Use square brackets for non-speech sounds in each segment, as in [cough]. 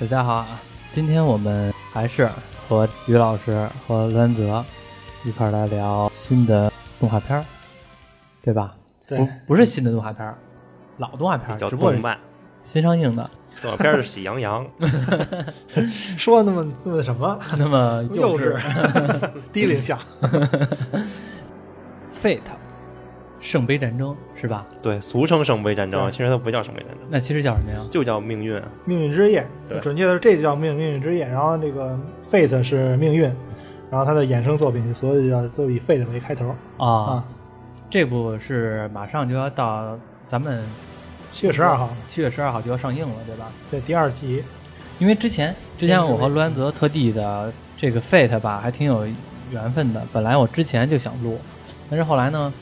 大家好啊！今天我们还是和于老师和罗安泽一块儿来聊新的动画片儿，对吧？对不，不是新的动画片儿，老动画片儿，叫只不过动是漫，新上映的。 [laughs] 动画片是《喜 [laughs] 羊羊》，说那么那么什么那 [laughs] 么幼稚， [laughs] 低龄向， Fate 圣杯战争是吧？对，俗称圣杯战争，对其实它不叫圣杯战争，那其实叫什么呀？就叫命运。啊命运之夜对，准确的这就叫命命运之夜。然后这个 fate 是命运，然后它的衍生作品所有就叫都以 fate 为开头啊，啊。这部是马上就要到咱们七月十二号，七月十二号就要上映了，对吧？对第二集，因为之前之前我和卢安泽特地的这个 Fate 吧，还挺有缘分的。本来我之前就想录，但是后来呢，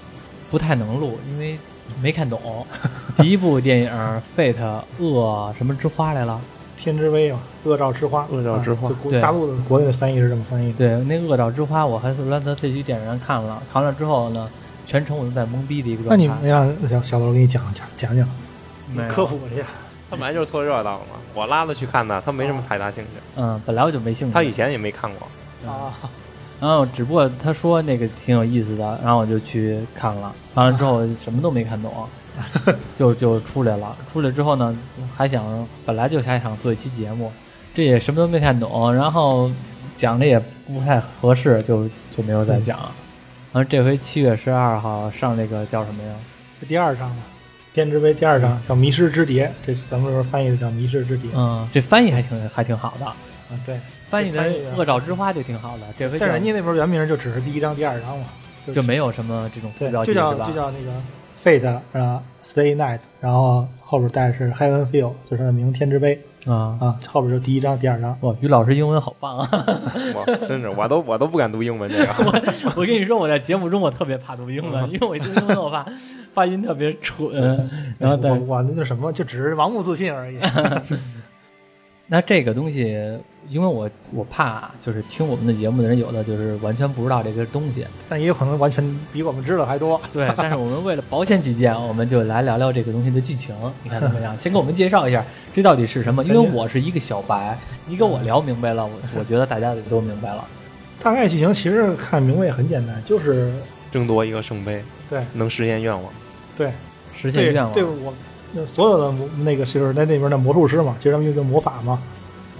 不太能录，因为没看 [laughs] 懂。第一部电影 Fate 恶什么之花来了？天之威嘛，恶兆之花，恶兆之花啊就国对大陆的国内的翻译是这么翻译的。对，那恶兆之花，我还是卢安泽自己去电影院看了，看了之后呢，全程我都在懵逼的一个那状态。你没让小小罗给你讲讲讲讲没有科普一下？他本来就是凑热闹嘛，我拉他去看的，他没什么太大兴哦趣，嗯，本来我就没兴趣。他以前也没看 [laughs] 过。啊，啊，然后只不过他说那个挺有意思的，然后我就去看了，完了之后什么都没看懂， [laughs] 就就出来了。出来之后呢，还想本来就还想做一期节目，这也什么都没看懂，然后讲的也不太合适，就就没有再讲。嗯然后这回七月十二号上那个叫什么呀？这第二章嘛，天之威第二章叫迷失之蝶，这是咱们说翻译的叫迷失之蝶。嗯，这翻译还挺还挺好的，啊，对，翻译的翻译的《恶兆之花》就挺好的。这回但是人就家那边原名就只是第一章、第二章嘛，就没有什么这种副对标，题就是叫吧就？叫那个 Fate 啊，Stay Night，然后后边带的是 Heaven Feel，就是它的明天之杯啊，啊，后边就第一章、第二章。哇，于老师英文好棒啊！我真是，我都我都不敢读英文这个。 [laughs] [laughs] 我跟你说，我在节目中我特别怕读英 [laughs] 文，因为我一读英文我怕发音特别 [laughs] 蠢。然后哎我但我那是什么，就只是盲目自信而已。 [laughs] 那这个东西，因为我我怕就是听我们的节目的人有的就是完全不知道这个东西。但也有可能完全比我们知道还多。对，但是我们为了保险起见，我们就来聊聊这个东西的剧情，你看怎么样？ [laughs] 先给我们介绍一下这到底是什么？因为我是一个小白，你给我聊明白了，我 [laughs] 我觉得大家也都明白了。大概剧情其实看明白也很简单，就是争夺一个圣杯，对能实现愿望。对实现对愿望，对，我那所有的魔那个就是在那边的魔术师嘛，就他们用的魔法嘛，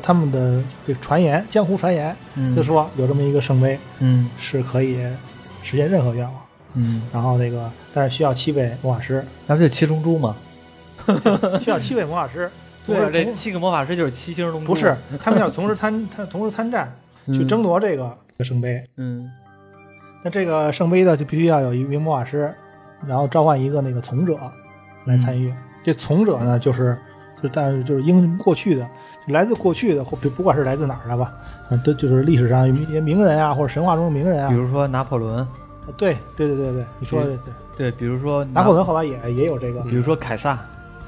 他们的这传言，江湖传言嗯就说有这么一个圣杯，嗯是可以实现任何愿望。嗯，然后那个，但是需要七位魔法 [laughs] 师，那不就七龙珠吗？需要七位魔法师，不对，啊是这同七个魔法师就是七星龙珠，啊不是 [laughs] 他们要同时参， [laughs] 他同时参战去争夺这个圣杯。嗯那这个圣杯呢，就必须要有一名魔法师，然后召唤一个那个从者来参与。这从者呢，就是就但是就是英过去的，就来自过去的，或不不管是来自哪儿的吧，嗯，都就是历史上一些名人啊，或者神话中的名人嗯比啊。如说拿破仑，对对对对对，你说的对，对，比如说拿破仑后嗯来也也有这个拿，，比如说凯撒，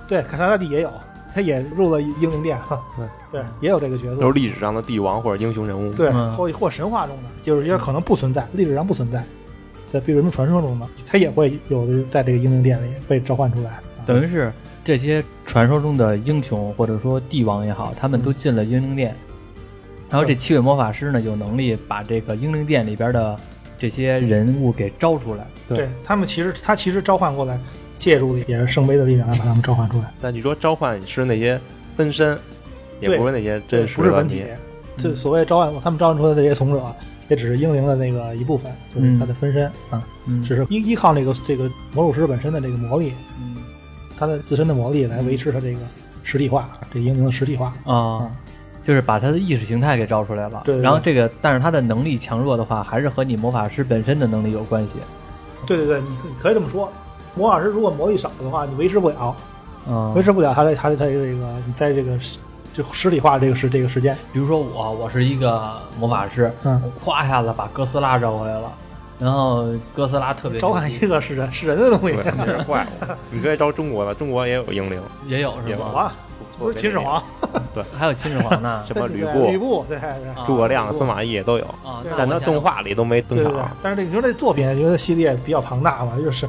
对，凯撒大帝也有，他也入了英灵殿，对对，也有这个角都色是，历史上的帝王或者英雄人物。对，嗯或或神话中的，就是也可能不存在，历史上不存在，在比如什么传说中的，他也会有的在这个英灵殿里被召唤出来。啊等于是这些传说中的英雄或者说帝王也好，他们嗯都进了英灵殿，然后这七位魔法师呢有能力把这个英灵殿里边的这些人物给招出来，嗯对他们其实他其实召唤过来，借助的也是圣杯的力量来把他们召唤出来，但你说召唤是那些分身，也对不是那些真实不是的本问体嗯题。。就所谓召唤他们召唤出来的这些从者，也只是英灵的那个一部分，就是它的分身啊，嗯，只是依依靠那个这个魔术师本身的这个魔力，嗯他的自身的魔力来维持他这个实体化，这个英灵的实体化。啊。就是把他的意识形态给招出来了，嗯对对对然后这个，但是他的能力强弱的话，还是和你魔法师本身的能力有关系。对对对，你你可以这么说。魔法师如果魔力少的话，你维持不了，嗯，维持不了他的他的他的这个你在这个实就实体化这个时这个时间，比如说我，我是一个魔法师，嗯我咵一下子把哥斯拉召回来了，然后哥斯拉特别召唤一个是人是人的东西对，，[laughs] 那是怪物。你可以招中国的，中国也有英灵，也有是也有吗？啊，不是秦始皇，还有秦始皇 [laughs] 呢什么吕对布吕、布对对。啊诸葛亮、吕布司马懿也都有，啊，对那但我他想动画里都没登对对对场。，但是这你说这作品，觉得系列比较庞大嘛，就是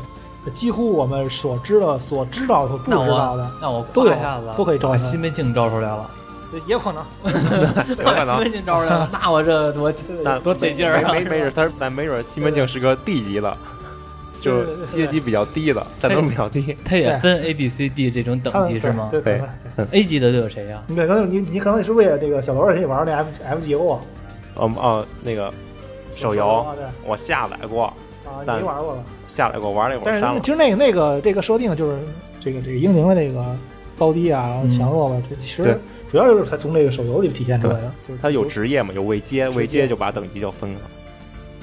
几乎我们所知道、所知道和不那知道的我，那我都有咵一下子都可以把召唤西门庆招出来了，也可能有可能西。门庆招来了， [laughs] 那我这我那多得劲儿啊！没没没准他但没准西门庆是个 D 级的，就对对对哎阶级比较低的，战争比较低。它也分 A、B、C、D 这种他等们级是吗嗯对对，对对？A 级的都有谁呀？对，可能你你可能也是为了这个小罗儿可以玩那 F FGO 啊，嗯哦，那个手啊游对我下载过，啊，你但没玩过吧？下载过玩了一会但儿是删了其。实那个那个这个设定就是这个这个英灵的这个高低啊，嗯强弱吧，这其对实主要就是它从这个手游里体现出来的。就是他有职业嘛？有位阶，位阶就把等级就分了，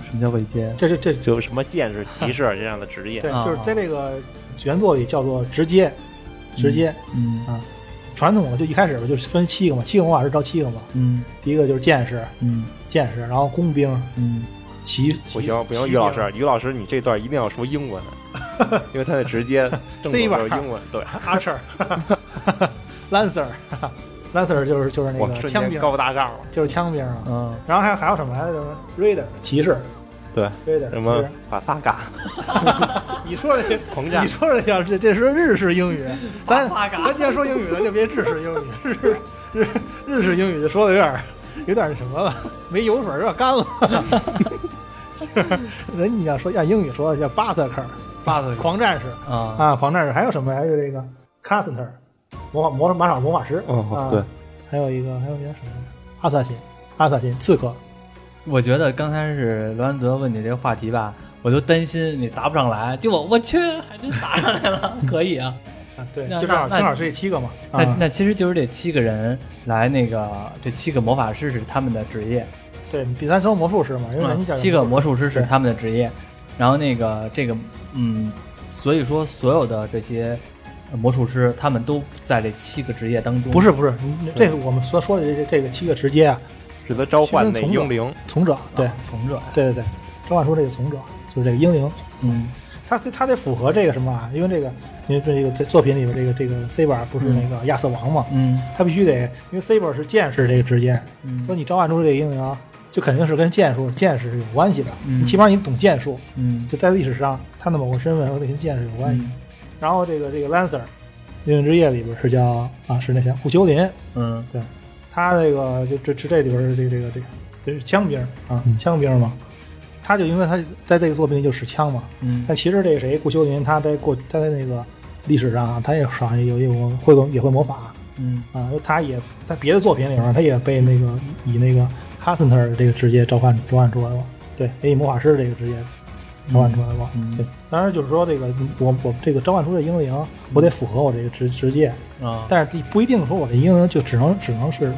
什么叫位阶？这这这就什么剑士、骑士这样的职业。对，啊就是在这个原作里叫做直接，直接嗯传统的就一开始吧，就是分七个嘛，七个魔法师招七个嘛，嗯第一个就是剑士，嗯剑士，然后工兵、嗯，骑，不骑行不行，骑于老兵师，于老师，你这段一定要说英 [laughs] 文，因为他得直接正飞宗吧就是英文。对， ，Archer，Lancer，Lancer [laughs] 就是就是那我个瞬枪间兵，高大上了。就是枪兵啊。嗯，然后还有还有什么来着？就是 Raider 骑士对， ，Raider 什么骑士法萨嘎、 [laughs] 你说这狂你战，说这叫这这是日式英语，咱咱既然说英语了，就别日式英语， [laughs] 日式日日式英语就说的有点儿有点儿那什么了， [laughs] 没油水儿有点干了。 [laughs] 是人你要说按英语说叫巴萨克，巴特狂战士啊，啊，狂战士还有什么呀？还有这个 caster，魔法魔马场魔法师，哦啊对，还有一个还有一个什么阿萨辛，阿萨辛刺客，我觉得刚开始罗安德问你这个话题吧，我就担心你答不上来，结果我去还真答上来 [laughs] 了，可以啊。啊对，那就正好那正好是这七个嘛，那啊那其实就是这七个人来那个，这七个魔法师是他们的职业，嗯对比咱说魔术师嘛，因为人家叫啊七个魔术师是对他们的职业，然后那个这个嗯，所以说所有的这些呃魔术师，他们都在这七个职业当中，啊不是不是，嗯你这个我们所说的这这这个七个直接啊，是他召唤那徐峥从英灵，从者，对、啊从者呀，对对对，召唤出这个从者，就是这个英灵，嗯他他得符合这个什么啊？因为这个，因为这个在作品里边这个这个 Saber 不是那个亚瑟王嘛，嗯他必须得，因为 Saber 是剑士这个职业，嗯，所以你召唤出这个英灵啊，就肯定是跟剑术剑士是有关系的，嗯起码你懂剑术，嗯就在历史上他的某个身份和那些剑士有关系。嗯然后这个这个 Lancer，命运之夜里边是叫啊是那谁顾秋林，嗯他这个就这这这里边是这个这个这个这是枪兵啊，嗯枪兵嘛，他就因为他在这个作品里就使枪嘛，嗯但其实这个谁顾秋林他在过他在那个历史上啊，他也好像有有会过也会魔法嗯啊，他也在别的作品里边他也被那个以那个 Caster 这个职业召唤召唤出来过，对，也以魔法师这个职业召唤出来过，嗯对，当然就是说这个我我这个召唤出这英灵，我得符合我这个职职业，啊，但是不一定说我这英灵就只能只能是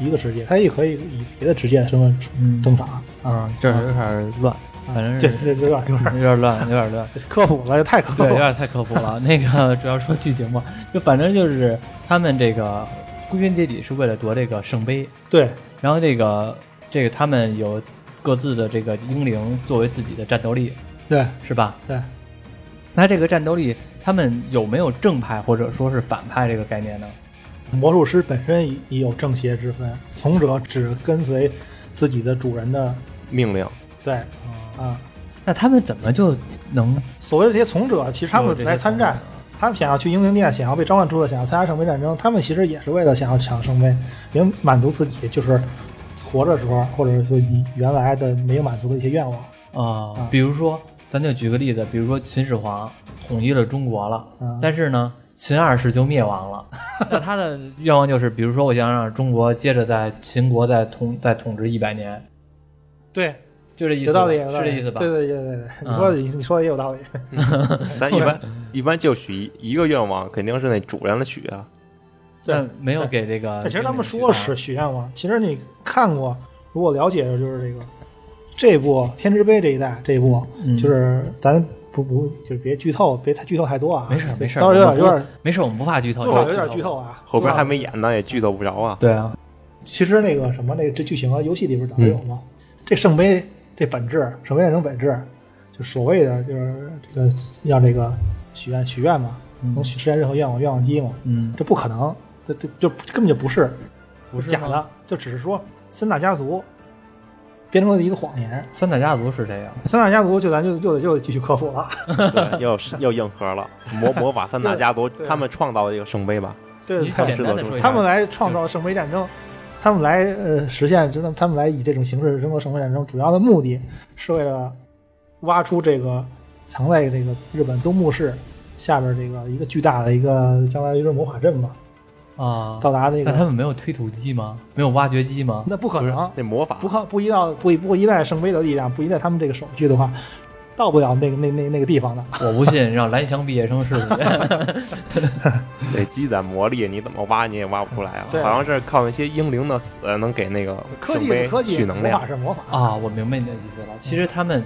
一个职业，他也可以以别的职业的身份出嗯登场。啊，这儿有点乱，啊反正这是这这有点有点有点乱，有点乱。 [laughs] 科普了，太科普对，有了。点太科普了。那个主要说剧情嘛，就反正就是他们这个归根结底是为了夺这个圣杯，对然后这个这个他们有各自的这个英灵作为自己的战斗力，对是吧？对，那这个战斗力，他们有没有正派或者说是反派这个概念呢？魔术师本身也有正邪之分，从者只跟随自己的主人的命令对哦啊。那他们怎么就能所谓的这些从者，其实他有们这些来参战，他们想要去英灵殿，想要被召唤出来，想要参加圣杯战争，他们其实也是为了想要抢圣杯，也满足自己就是活着时候，或者说以原来的没有满足的一些愿望。啊、啊比如说，咱就举个例子，比如说秦始皇统一了中国了，嗯但是呢，秦二世就灭亡 [laughs] 了。那他的愿望就是，比如说，我想让中国接着在秦国再统再统治一百年，对，就这意思有吧，道理，有道是理，这意思吧？对对对对对，你嗯说的你说的也有道理。 [laughs] 咱一般一般就许一个愿望，肯定是那主人的许啊。但对没有给这个。但其实他们说是许愿望，其实你看过，如果了解的就是这个这部《天之杯》这一代这一部，嗯就是咱不不就是别剧透，别太剧透太多啊。没事儿没事儿，到时候有点有我们点不没事儿，我们不怕剧透，多少有点剧剧透。啊，后边还多少。没演呢，也剧透不着啊。对啊，其实那个什么，那个这剧情啊，游戏里边早就有嘛。这圣杯这本质，圣杯战争本质，就所谓的就是这个让这个许愿许愿嘛，嗯能许实现任何愿望，愿望机嘛。嗯，这不可能，这这就根本就不是，不是假吗的，就只是说三大家族编出了一个谎言。三大家族是这样。三大家族就咱就又得又得继续科普了，对，要要硬核了。魔魔法三大家族对对他们创造了这个圣杯吧？对你他简单的说一下，他们来创造圣杯战争，他们来呃实现，真的，他们来以这种形式争夺圣杯战争，主要的目的是为了挖出这个藏在这个日本东幕市下边这个一个巨大的一个，相当于是魔法阵吧，嗯啊，到达那那他个， [laughs] 们没有推土机吗？没有挖掘机吗？那不可能，那魔法不靠不依赖不不依赖圣杯的力量，不依赖他们这个手续的话，到不了那个那那那个地方的。我不信，让蓝翔毕业生试试。得积攒魔力，你怎么挖你也挖不出来啊！对好像是靠那些英灵的死能给那个科技圣杯是科技，蓄能魔量法。是魔法，啊，我明白你的意思了。嗯其实他们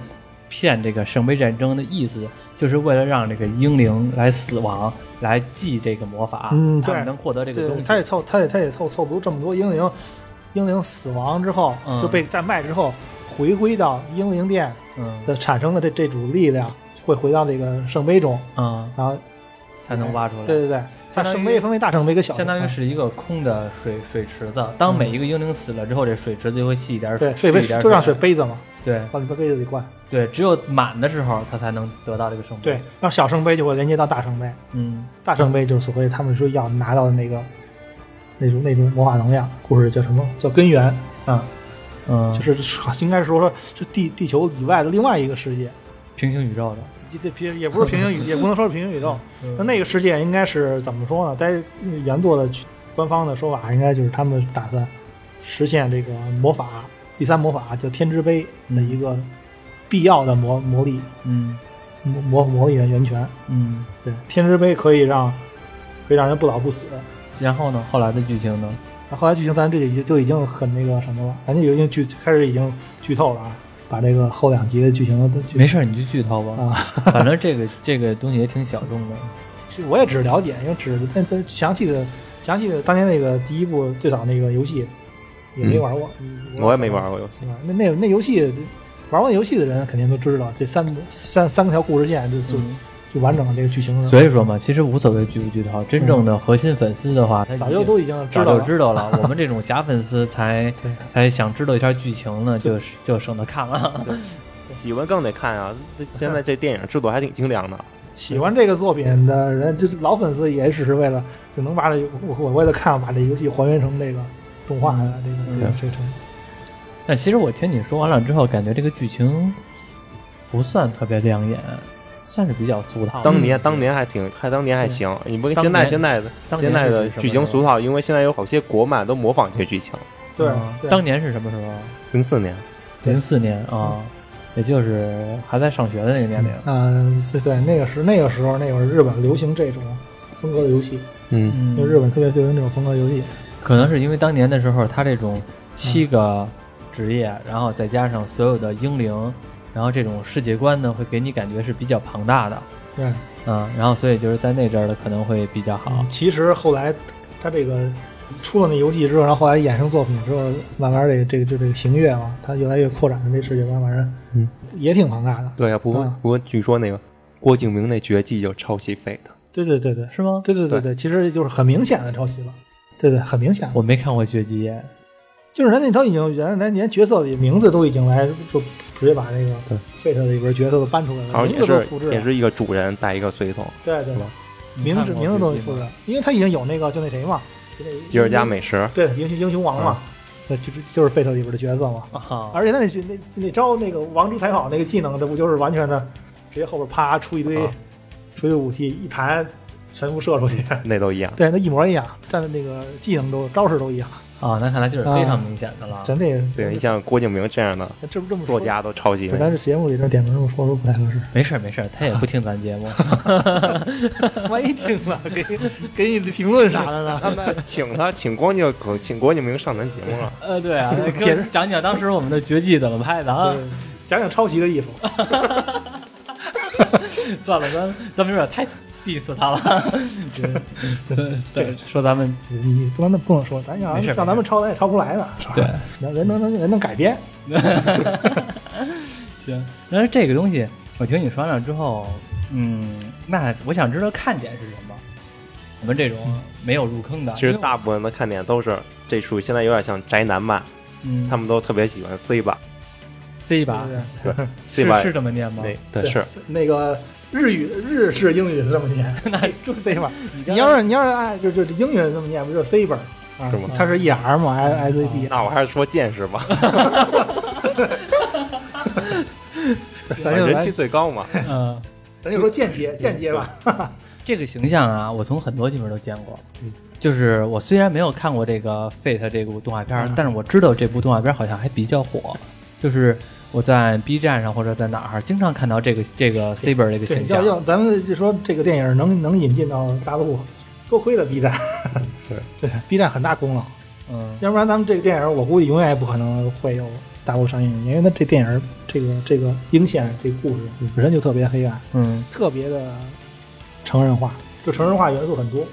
骗这个圣杯战争的意思，就是为了让这个英灵来死亡，来祭这个魔法，嗯他对们能获得这个对，东他西。也凑，他也他也凑凑足这么多英灵，英灵死亡之后、嗯就被战败之后，回归到英灵殿嗯的产生的这这股力量会回到这个圣杯中，嗯，然后才能挖出来。对对对，相把当于圣杯分为大圣杯跟小圣相杯，当于是一个空的水水池子，当每一个英灵死了之后，这水池子就会吸一点水嗯对，水杯吸一点就让水杯子嘛，对往里边杯子里灌，对，只有满的时候，它才能得到这个圣杯。对，，让小圣杯就会连接到大圣杯，嗯，大圣杯就是所谓他们说要拿到的那个那种那种魔法能量，故事叫什么叫根源啊、嗯，就是应该是说是地地球以外的另外一个世界。嗯平行宇宙的，这这平也不是平行宇，也不能说是平行宇宙。那那个世界应该是怎么说呢？在原作的官方的说法，应该就是他们打算实现这个魔法第三魔法，叫天之杯的一个必要的魔魔力嗯魔魔魔力的源泉。嗯，对，天之杯可以让可以让人不老不死。然后呢，后来的剧情呢？那后来剧情咱这已经就已经很那个什么了，咱就已经剧开始已经剧透了啊，把这个后两集的剧情都剧没事儿，你就剧透吧。啊。反正这个这个东西也挺小众的。是我也只是了解，因为只是但但详细的详细的当年那个第一部最早那个游戏也没玩过，嗯我也没玩过游戏，是吧那那那游戏玩过游戏的人肯定都知道，这三三三条故事线 [laughs] 就就、嗯就完整了这个剧情了，所以说嘛，其实无所谓剧不剧透，真正的核心粉丝的话，他已嗯早经就都已经知早道就了。知道 [laughs] 了。我们这种假粉丝才对才想知道一下剧情呢，就是就省得看了。 [laughs] 喜欢更得看啊！这现在这电影制作还挺精良的，喜欢这个作品的人，就是老粉丝也只是为了就能把这我我为了看把这游戏还原成这个动画的这个这个嗯这个成。但其实我听你说完了之后，感觉这个剧情不算特别亮眼，算是比较俗套的。当年当年还挺，还当年还行。你不跟嗯当现在年现在的当年现在的是什么剧情时候俗套，因为现在有好些国漫都模仿这剧情。对啊，对当年是什么时候？零四年，对零四年啊，也就是还在上学的那个年龄。嗯、对对，那个时那个时候那会儿日本流行这种风格的游戏，嗯，嗯就日本特别流行这种风格游戏，可能是因为当年的时候，他这种七个职业，然后再加上所有的英灵，然后这种世界观呢，会给你感觉是比较庞大的，对，嗯，然后所以就是在那阵儿的可能会比较好嗯。其实后来他这个出了那游戏之后，然后后来衍生作品之后，慢慢这个这个就这个行月嘛，它越来越扩展的这世界观，反正嗯也挺庞大的。对呀、啊不过嗯不过据说那个郭敬明那绝技就是抄袭废的。对对对对，是吗？对对对对，其实就是很明显的抄袭了。对对，很明显了，我没看过《绝技》，就是人家都已经人家连角色的名字都已经来就直接把那个对 Fate 里边角色都搬出来嗯好了，名像也字都是复制了也是一个主人带一个随从，对对是对吧，名字你看过名字都绝技复吗制，因为他已经有那个就那谁嘛，就那吉尔嗯加美嗯什。对英雄英雄王嘛，那就是就是 Fate 里边的角色嘛。啊，而且他那那那招那个王珠采访那个技能，这不就是完全的，直接后边啪出一堆，啊出一堆武器一弹，全部射出去。 [laughs] 那都一样。对，那一模一样，站的那个技能都招式都一样。啊，那看来就是非常明显的了。咱这对你像郭敬明这样的这嗯不这么说作，家都抄袭对咱那这节目里这点名这么说说不太合适，没事儿没事儿，他也不听咱节目。万一听了给给你评论啥的呢？那请他，请光敬，请郭敬明上咱节目了。 [laughs] 呃，对 [laughs] 啊，那解释跟讲讲当时我们的《绝技》怎么拍的啊？ [laughs] 对讲讲抄袭的艺术，算了，咱咱们有点太 diss 他了。 [laughs] 对对，说咱们你不能不能说，咱要没事让咱们抄，咱也抄不出来呢。是吧对，人人能能人能改编， [laughs] 行，但是这个东西，我听你说完了之后，嗯，那我想知道看点是什么？我们这种嗯没有入坑的，其实因为大部分的看点都是这属于现在有点像宅男漫，嗯，他们都特别喜欢 C 吧， C 吧，对，C 是吧是，这么念吗？那对对是，那个日语日式英语是这么念， [laughs] 那就 C 吧。你刚你要是你要是按就就英语这么念，不就 C 本儿？啊是吗它是 E R M I S A 那我还是说见识吧， B，咱就人气来最高嘛。嗯，咱就说间接间接吧。这个形象啊，我从很多地方都见过。就是我虽然没有看过这个《Fate》这部动画片儿，嗯但是我知道这部动画片儿好像还比较火。就是我在 B 站上或者在哪儿经常看到这个这个 Saber 这个对形，要象。要咱们就说这个电影能能引进到大陆，多亏了 B 站，对 [laughs] 对 B 站很大功劳，嗯，要不然咱们这个电影我估计永远也不可能会有大陆上映，因为它这电影这个这个阴线这个故事本身就特别黑暗，嗯，特别的成人化，就成人化元素很多，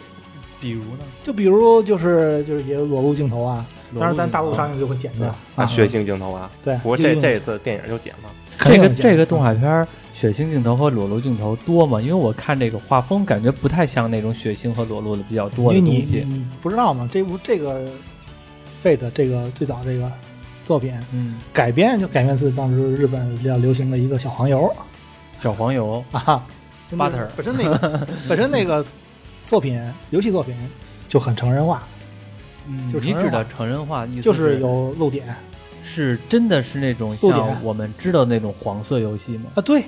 比如呢？就比如就是就是也有裸露镜头啊，当然咱大陆上。上映就会剪掉啊，血腥镜头啊！对，不过就这用这次电影就剪了，肯这定个会剪这个动画片儿血腥镜头和裸露镜头多吗？因为我看这个画风，感觉不太像那种血腥和裸露的比较多的因为东你西。你不知道嘛，这部这个 Fate 这个最早这个作品嗯，改编就改编自当时日本比较流行的一个小黄油小黄油，啊哈，真的 Butter 本身那 [laughs] 个本身那个作品游戏作品就很成人化，嗯就是你成人指化的成人化，意思就是有有露点啊是真的是那种露点像我们知道那种黄色游戏 [laughs] 吗？啊，对，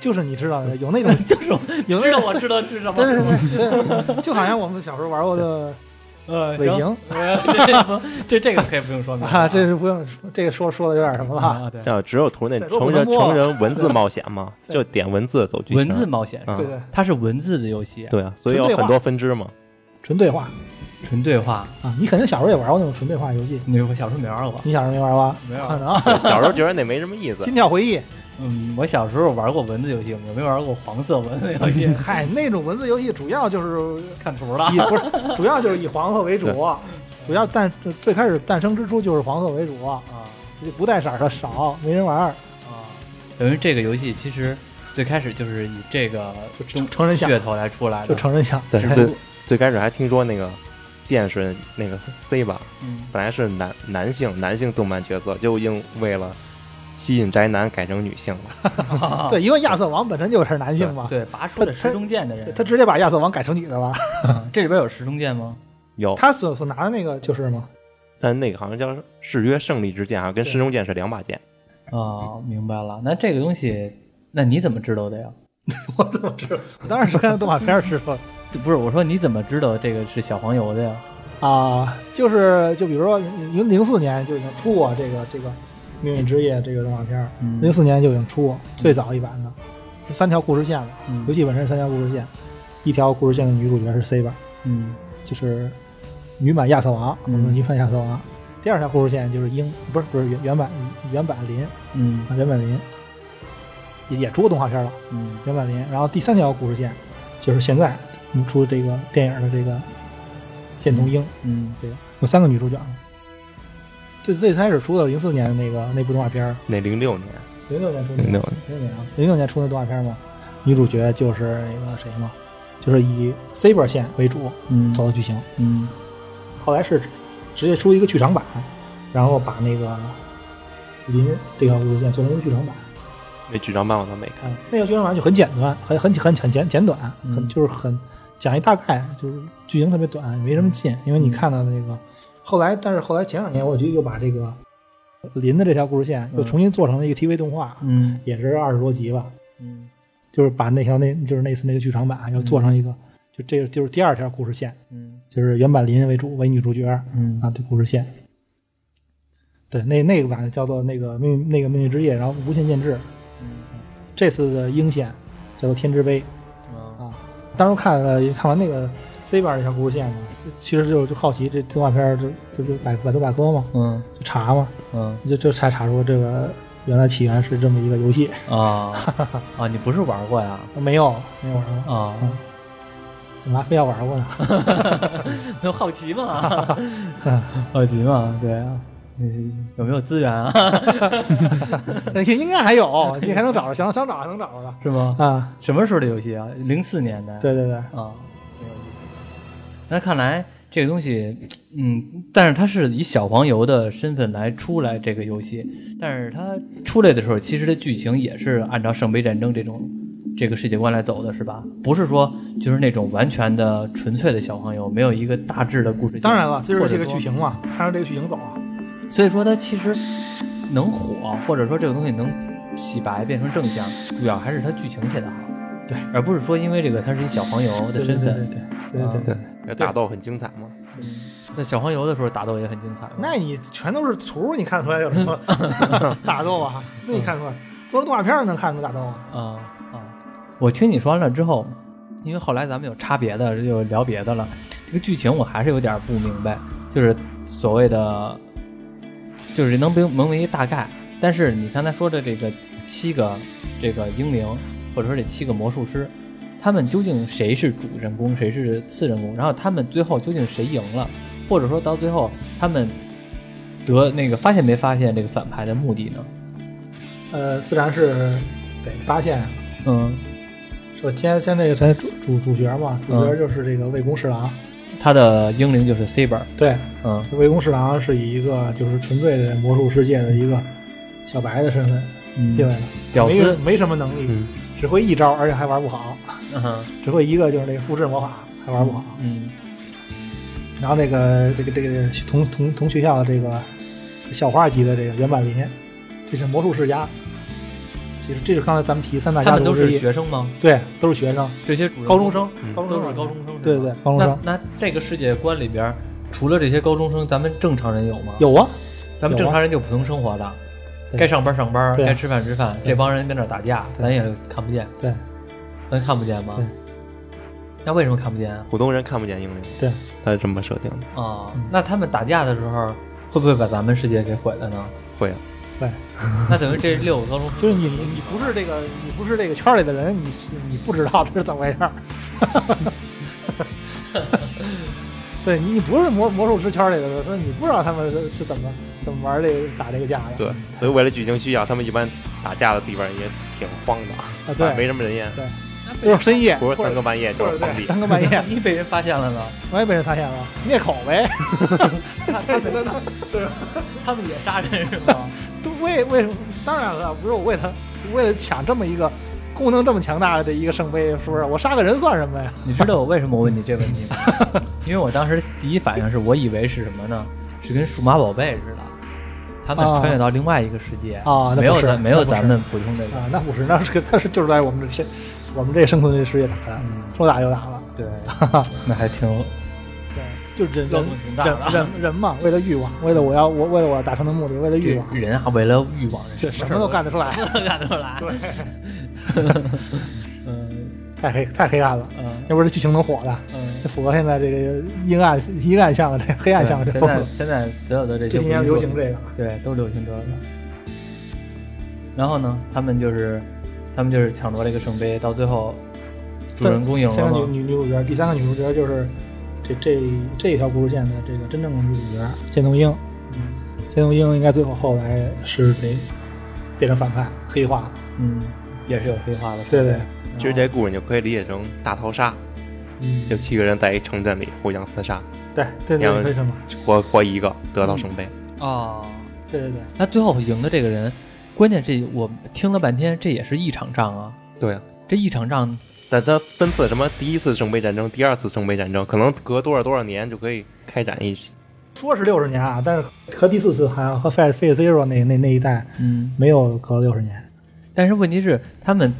就是你知道的有那 [laughs] 种就是有那知道种我知道是什么对对对对， [laughs] 就好像我们小时候玩过的呃，尾行，行呃这这这个可以不用说明了啊，这是不用这个说说的有点什么了啊。啊，对，啊，只有图那再说成不能人播成人 [laughs] 文字冒险嘛，对就点文字走剧情。文字冒险，啊对，对，它是文字的游戏，对啊，所以有很多分 [laughs] 支嘛。纯对话纯对话。啊！你肯定小时候也玩过那种纯对话游戏，你我小时候没玩过，你小时候没玩过？没啊玩不过。可能。啊对小时候觉得那没什么意思心，跳回忆，，嗯，我小时候玩过文字游戏，我没玩过黄色文字游戏嗨，那种文字游戏主要就是看图了。以不是，主要就是以黄色为主，主要诞最开始诞生之初就是黄色为主，啊自己不带色儿的少，没人玩儿，啊，等于这个游戏其实最开始就是以这个就成东成人向噱头来出来就的，成人向。但是只不最过最开始还听说那个剑是那个 C 吧，嗯本来是男男性男性动漫角色，就因为了吸引宅男改成女性了。对，因为亚瑟王本身就是男性嘛，对，拔出了他石中剑的人，他直接把亚瑟王改成女的了。嗯这里边有石中剑吗？有，他所所拿的那个就是嘛，但那个好像叫誓约胜利之剑啊，跟对神中剑是两把剑。啊，明白了。那这个东西，那你怎么知道的呀？我怎么知道？我当然是看动画片儿知道的不是，我说你怎么知道这个是小黄油的呀？啊，就是就比如说零零四年就已经出过这个这个《命运之夜》这个动画片儿，嗯零四年就已经出过最早一版的，三条故事线嘛，嗯游戏本身是三条故事线，一条故事线的女主角是 C 版，嗯就是女版亚瑟王，我嗯们女版亚瑟王。第二条故事线就是英，不是不是原原版原版林啊，嗯原版林也也出过动画片了，嗯原版林。然后第三条故事线就是现在我们出这个电影的这个剑童鹰，嗯有三个女主角嘛。最最开始出的零四年的那个那部动画片儿，那零六年，零六年出的零六年零六年啊，零六年出的动画片嘛，女主角就是那个谁嘛，就是以 Saber 线为主嗯走的剧情。嗯后来是直接出一个剧场版，然后把那个林这条路线做成一个剧场版。那剧场版我倒没看。嗯，那个剧场版就很简短，很很很很简简短，嗯很就是很讲一大概，就是剧情特别短，没什么嗯劲。因为你看到的那个后来，但是后来前两年我就又把这个林的这条故事线嗯又重新做成了一个 TV 动画，嗯也是二十多集吧，嗯就是把那条那就是那次那个剧场版又做成一个，就这个就是第二条故事线，嗯就是原版林为主为女主角，嗯啊，对故事线。对，那那个版叫做那个命运那个命运之夜，然后无限剑制。这次的鹰线叫做天之杯啊啊。当时看了看完那个 C 版这条故事线嘛，就其实就就好奇这动画片儿就就就百百度百科嘛，嗯就查嘛，嗯就就才查出这个原来起源是这么一个游戏。 [laughs] 啊啊！你不是玩过呀？没有没有玩过，啊，干嘛非要玩过呢？ [laughs] 有好奇嘛？ [laughs] 好奇嘛？对啊，有没有资源 [laughs] 啊？应应该还有，哦你还能找着，想想找还能找着的是吗？啊。什么时候的游戏啊？零四年的。对对对，啊，挺有意思的。那看来这个东西，嗯，但是它是以小黄油的身份来出来这个游戏，但是它出来的时候，其实的剧情也是按照圣杯战争这种这个世界观来走的，是吧？不是说就是那种完全的纯粹的小黄油，没有一个大致的故事。当然了，这就是这这个剧情。嘛，按照这个剧情走啊。所以说它其实能火，或者说这个东西能洗白变成正向，主要还是它剧情写得好，对，而不是说因为这个它是一小黄油的对身对份。对对对对对啊对。那打斗很精彩嘛。嗯在小黄油的时候打斗也很精彩。那你全都是图，你看出来有 [laughs] 什么打斗啊？那你看出来，做了动画片儿能看出打斗啊？啊啊！我听你说完了之后，因为后来咱们有差别的，又聊别的了。这个剧情我还是有点不明白，就是所谓的，就是能明能明一大概。但是你刚才说的这个七个这个英灵，或者说这七个魔术师，他们究竟谁是主人公，谁是次人公？然后他们最后究竟谁赢了？或者说到最后他们得那个发现没发现这个反派的目的呢？呃，自然是得发现啊。嗯，首先，先这个咱主主主角嘛，主角嗯就是这个魏公侍郎。他的英灵就是 Saber，对，嗯。魏公侍郎是以一个就是纯粹的魔术世界的一个小白的身份嗯进来的，屌没有丝，没什么能力，嗯，只会一招，而且还玩不好，嗯只会一个就是那个复制魔法，还玩不好。嗯然后这个这个这个同同同学校的这个校花级的这个袁婉林，这是魔术世家。其实这是刚才咱们提三大他家们族都之是一，学生吗？对，都是学生，这些主人高中生，嗯高中都生是高中生，对对，高中那生那这个世界观里边，除了这些高中生，咱们正常人有吗？，有啊，咱们有啊正常人就普通生活的，对该上班上班，对该吃饭吃饭。对这帮人跟那儿打架，对咱也看不见，对咱看不见吗对？那为什么看不见啊？普通人看不见英灵，对，他是这么设定的。啊嗯，那他们打架的时候，会不会把咱们世界给毁了 [laughs] 呢？会啊，对，那等于这六个高 [laughs] 中生就是你你不是这个你不是这个圈里的人，你你不知道这是怎么回事儿。 [laughs] 对你，你不是魔魔术师圈里的人，所以你不知道他们是是怎么怎么玩这个打这个架的。对，所以为了剧情需要，他们一般打架的地方也挺荒的， [laughs] 啊，对，没什么人烟，那比如被说深夜，不是或者三更半夜就或是者荒对地。 [laughs] 三更半夜， [laughs] 万一被人发现了呢？万一被人发现了，灭口呗。 [laughs] 他他们他们也杀人是吗？都为为什么？当然了，不是我为了为了抢这么一个功能这么强大的一个圣杯，是不是？我杀个人算什么呀？ [laughs] [laughs] 你知道我为什么问你这问题吗？ [laughs] 因为我当时第一反应是我以为是什么呢？是跟数码宝贝似的，他们啊穿越到另外一个世界啊那不没有是咱没有那不是咱们普通这个，啊，那不是，那是那是就是在我们这我们这生存这世界打的，嗯，说打就打了。对， [laughs] 那还挺对，就人漏人洞挺大人的，啊人人嘛，为了欲望，为了我要我为了我达成的目的，为了欲望，这人啊，为了欲望，这什什么都干，得出来，什么都干得出来， [laughs] 对，嗯 [laughs] 太黑太黑暗了。嗯要不然这呃剧情能火的，嗯这。符合现在这个阴暗阴暗向的这个黑暗向的对这现呃风在格。现在所有的这些这几年不是流说行这个，对，都流行这个。然后呢，他们就是他们就是抢夺了一个圣杯，到最后主人公赢三了个吗？女女女主角，第三个女主角就是这这这一条故事线的这个真正的女主角剑童英。剑童英应该最后后来是得变成反派，黑化了。嗯，也是有黑化的成对分。对，然后其实这故事你就可以理解成大逃杀，嗯，就七个人在一城镇里互相厮杀，对对然后对，为什么？活活一个得到圣杯。嗯哦，对对对，那最后赢的这个人，关键这我听了半天，这也是一场仗啊。对啊，这一场仗，但它分次什么第一次圣杯战争、第二次圣杯战争，可能隔多少多少年就可以开展一说是六十年啊，但是和第四次好像和 Fate Fate Zero 那那那一代嗯，没有隔六十年。但是问题是，他们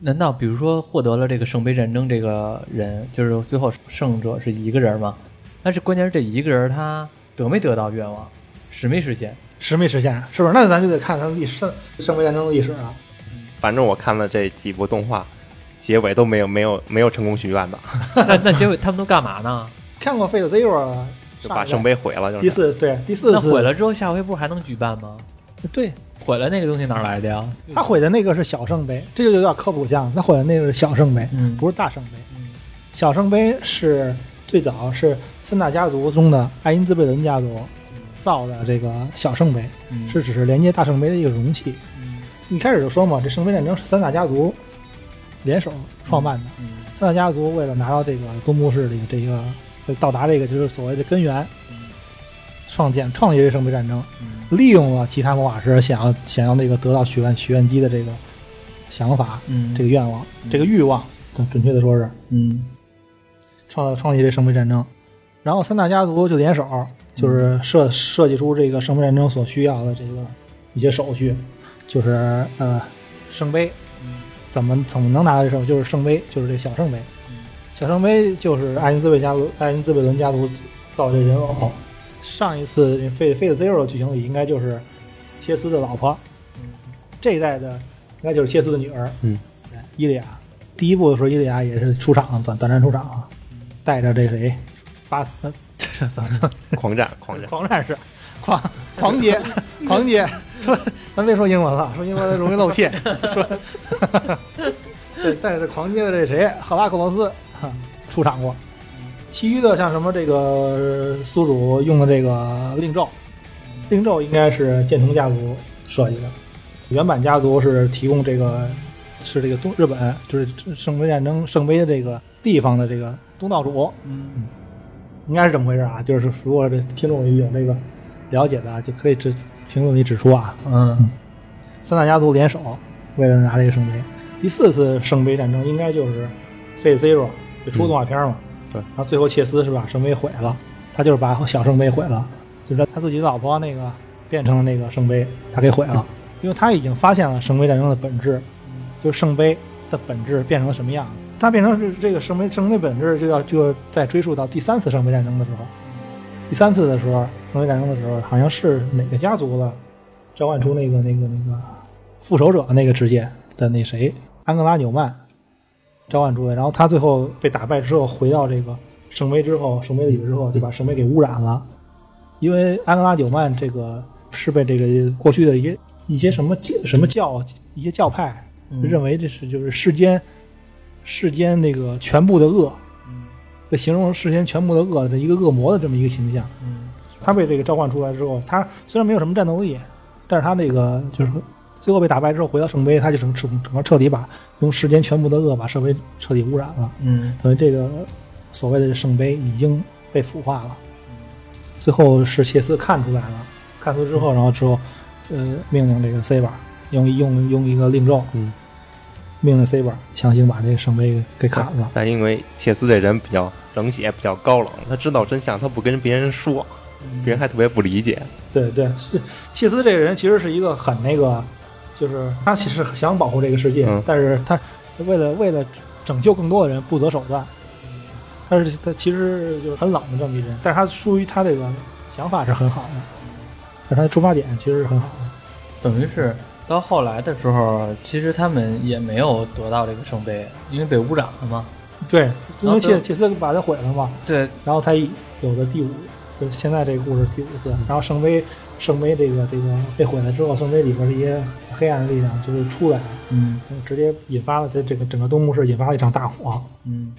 难道比如说获得了这个圣杯战争这个人，就是最后胜者是一个人吗？但是关键是这一个人他得没得到愿望，实没实现？实没实现，是不是？那咱就得看它的历史，圣圣杯战争的历史了。反正我看了这几部动画，结尾都没有没有没有成功许愿的，那那结果他们都干嘛呢？看过 Fate Zero 了，就把上一圣代杯毁了，就第是四对第四那次毁，了之后，下回不是还能举办吗？对毁了那个东西哪儿来的呀？他毁的那个是小圣杯，这就有点科普项。他毁的那个是小圣杯，嗯不是大圣杯。小圣杯是最早是三大家族中的爱因兹贝伦家族造的这个小圣杯，嗯是只是连接大圣杯的一个容器。嗯一开始就说嘛，这圣杯战争是三大家族联手创办的。嗯三大家族为了拿到这个东部市这个这一个就到达这个就是所谓的根源，嗯创建创立这圣杯战争，嗯利用了其他魔法师想要想要那个得到许愿许愿机的这个想法，嗯，这个愿望，这个欲望，更准确的说是嗯创造创立这圣杯战争，然后三大家族就联手，就是设设计出这个圣杯战争所需要的这个一些手续，就是呃圣杯嗯怎么怎么能拿到这圣杯，就是圣杯，就是这个小圣杯，小圣杯就是爱因兹贝家族爱因兹贝伦家族造这人偶。上一次费费的 Zero 的剧情里，应该就是切斯的老婆，这一代的应该就是切斯的女儿，嗯，伊利亚。第一部的时候，伊利亚也是出场短短暂出场啊，带着这谁，巴斯，呃这是怎么怎么狂战，狂战，狂战士， [laughs] 狂狂杰，狂杰，说咱别说英文了，说英文容易露怯，说， [laughs] 对，带着狂杰的这谁，赫拉克罗斯哈出场过，其余的像什么这个宿主用的这个令咒，令咒应该是剑童家族设计的，原版家族是提供这个是这个东日本就是圣杯战争圣杯的这个地方的这个东道主，嗯应该是这么回事啊。就是如果这听众有这个了解的啊，就可以指评论里指出啊。嗯三大家族联手，为了拿这个圣杯。第四次圣杯战争应该就是费 Zero 就出动画片嘛，对然后最后切斯是把圣杯毁了，他就是把小圣杯毁了，就是他自己的老婆那个变成了那个圣杯，他给毁了，因为他已经发现了圣杯战争的本质，就是圣杯的本质变成了什么样子。它变成是这个圣杯，圣杯本质就要就要再追溯到第三次圣杯战争的时候。第三次的时候，圣杯战争的时候，好像是哪个家族了，召唤出那个那个那个复仇者那个职业的那谁安格拉纽曼召唤出来，然后他最后被打败之后回到这个圣杯之后，圣杯里边之后就把圣杯给污染了，因为安格拉纽曼这个是被这个过去的一些一些什么教什么教一些教派嗯，认为这是就是世间世间那个全部的恶，嗯被形容世间全部的恶的一个恶魔的这么一个形象。嗯他被这个召唤出来之后，他虽然没有什么战斗力，但是他那个就是最后被打败之后回到圣杯，他就整整整个彻底把用世间全部的恶把圣杯彻底污染了，嗯等于这个所谓的圣杯已经被腐化了。最后是切斯看出来了，看出之后，然后之后，呃，命令这个 Saber 用用用一个令咒，嗯，命令 Saber 强行把这个圣杯给给砍了。但因为切斯这人比较冷血，比较高冷，他知道真相，他不跟别人说，嗯别人还特别不理解。对对，是契斯这个人其实是一个很那个，就是他其实想保护这个世界，嗯但是他为了为了拯救更多的人不择手段。但是他其实就是很冷的这么一人，但是他出于他这个想法是很好的，但是他的出发点其实是很好的。等于是到后来的时候，其实他们也没有得到这个圣杯，因为被污染了嘛。对，因为然后契契斯把他毁了嘛，对，然后他有的第五，就是现在这个故事第五次，然后圣杯圣杯这个这个被毁了之后，圣杯里边的一些黑暗的力量就是出来了。嗯直接引发了这这个整个东牧市引发了一场大火，嗯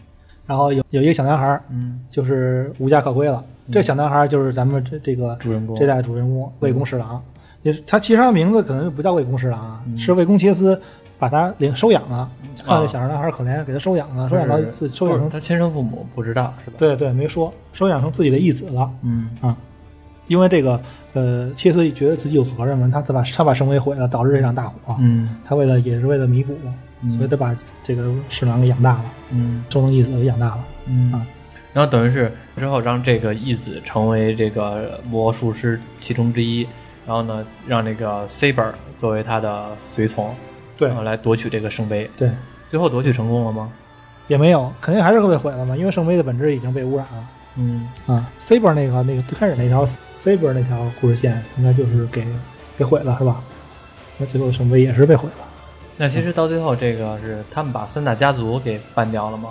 然后有有一个小男孩儿嗯，就是无家可归了，这小男孩儿就是咱们这这个主人公嗯这代主人公魏公侍郎，也是他其实他名字可能不叫魏公侍郎啊，嗯是魏公切斯把他领收养了，啊看这小男孩儿可怜，给他收养了，收养到自收不养是成他亲生父母不知道是吧？对对没说收养成自己的义子了。嗯啊，因为这个，呃，切斯觉得自己有责任嘛，他他把他把圣杯毁了，导致这场大火。啊嗯他为了也是为了弥补，嗯所以他把这个侍郎给养大了，嗯周能义子给养大了。嗯。然后等于是之后让这个义子成为这个魔术师其中之一，然后呢，让那个 Saber 作为他的随从，对然后来夺取这个圣杯。对，最后夺取成功了吗？也没有，肯定还是会被毁了嘛，因为圣杯的本质已经被污染了。嗯啊，Saber 那个那个最开始那条 Saber 那条故事线应该就是给给毁了是吧？那最后圣杯也是被毁了。那其实到最后，这个是他们把三大家族给办掉了吗？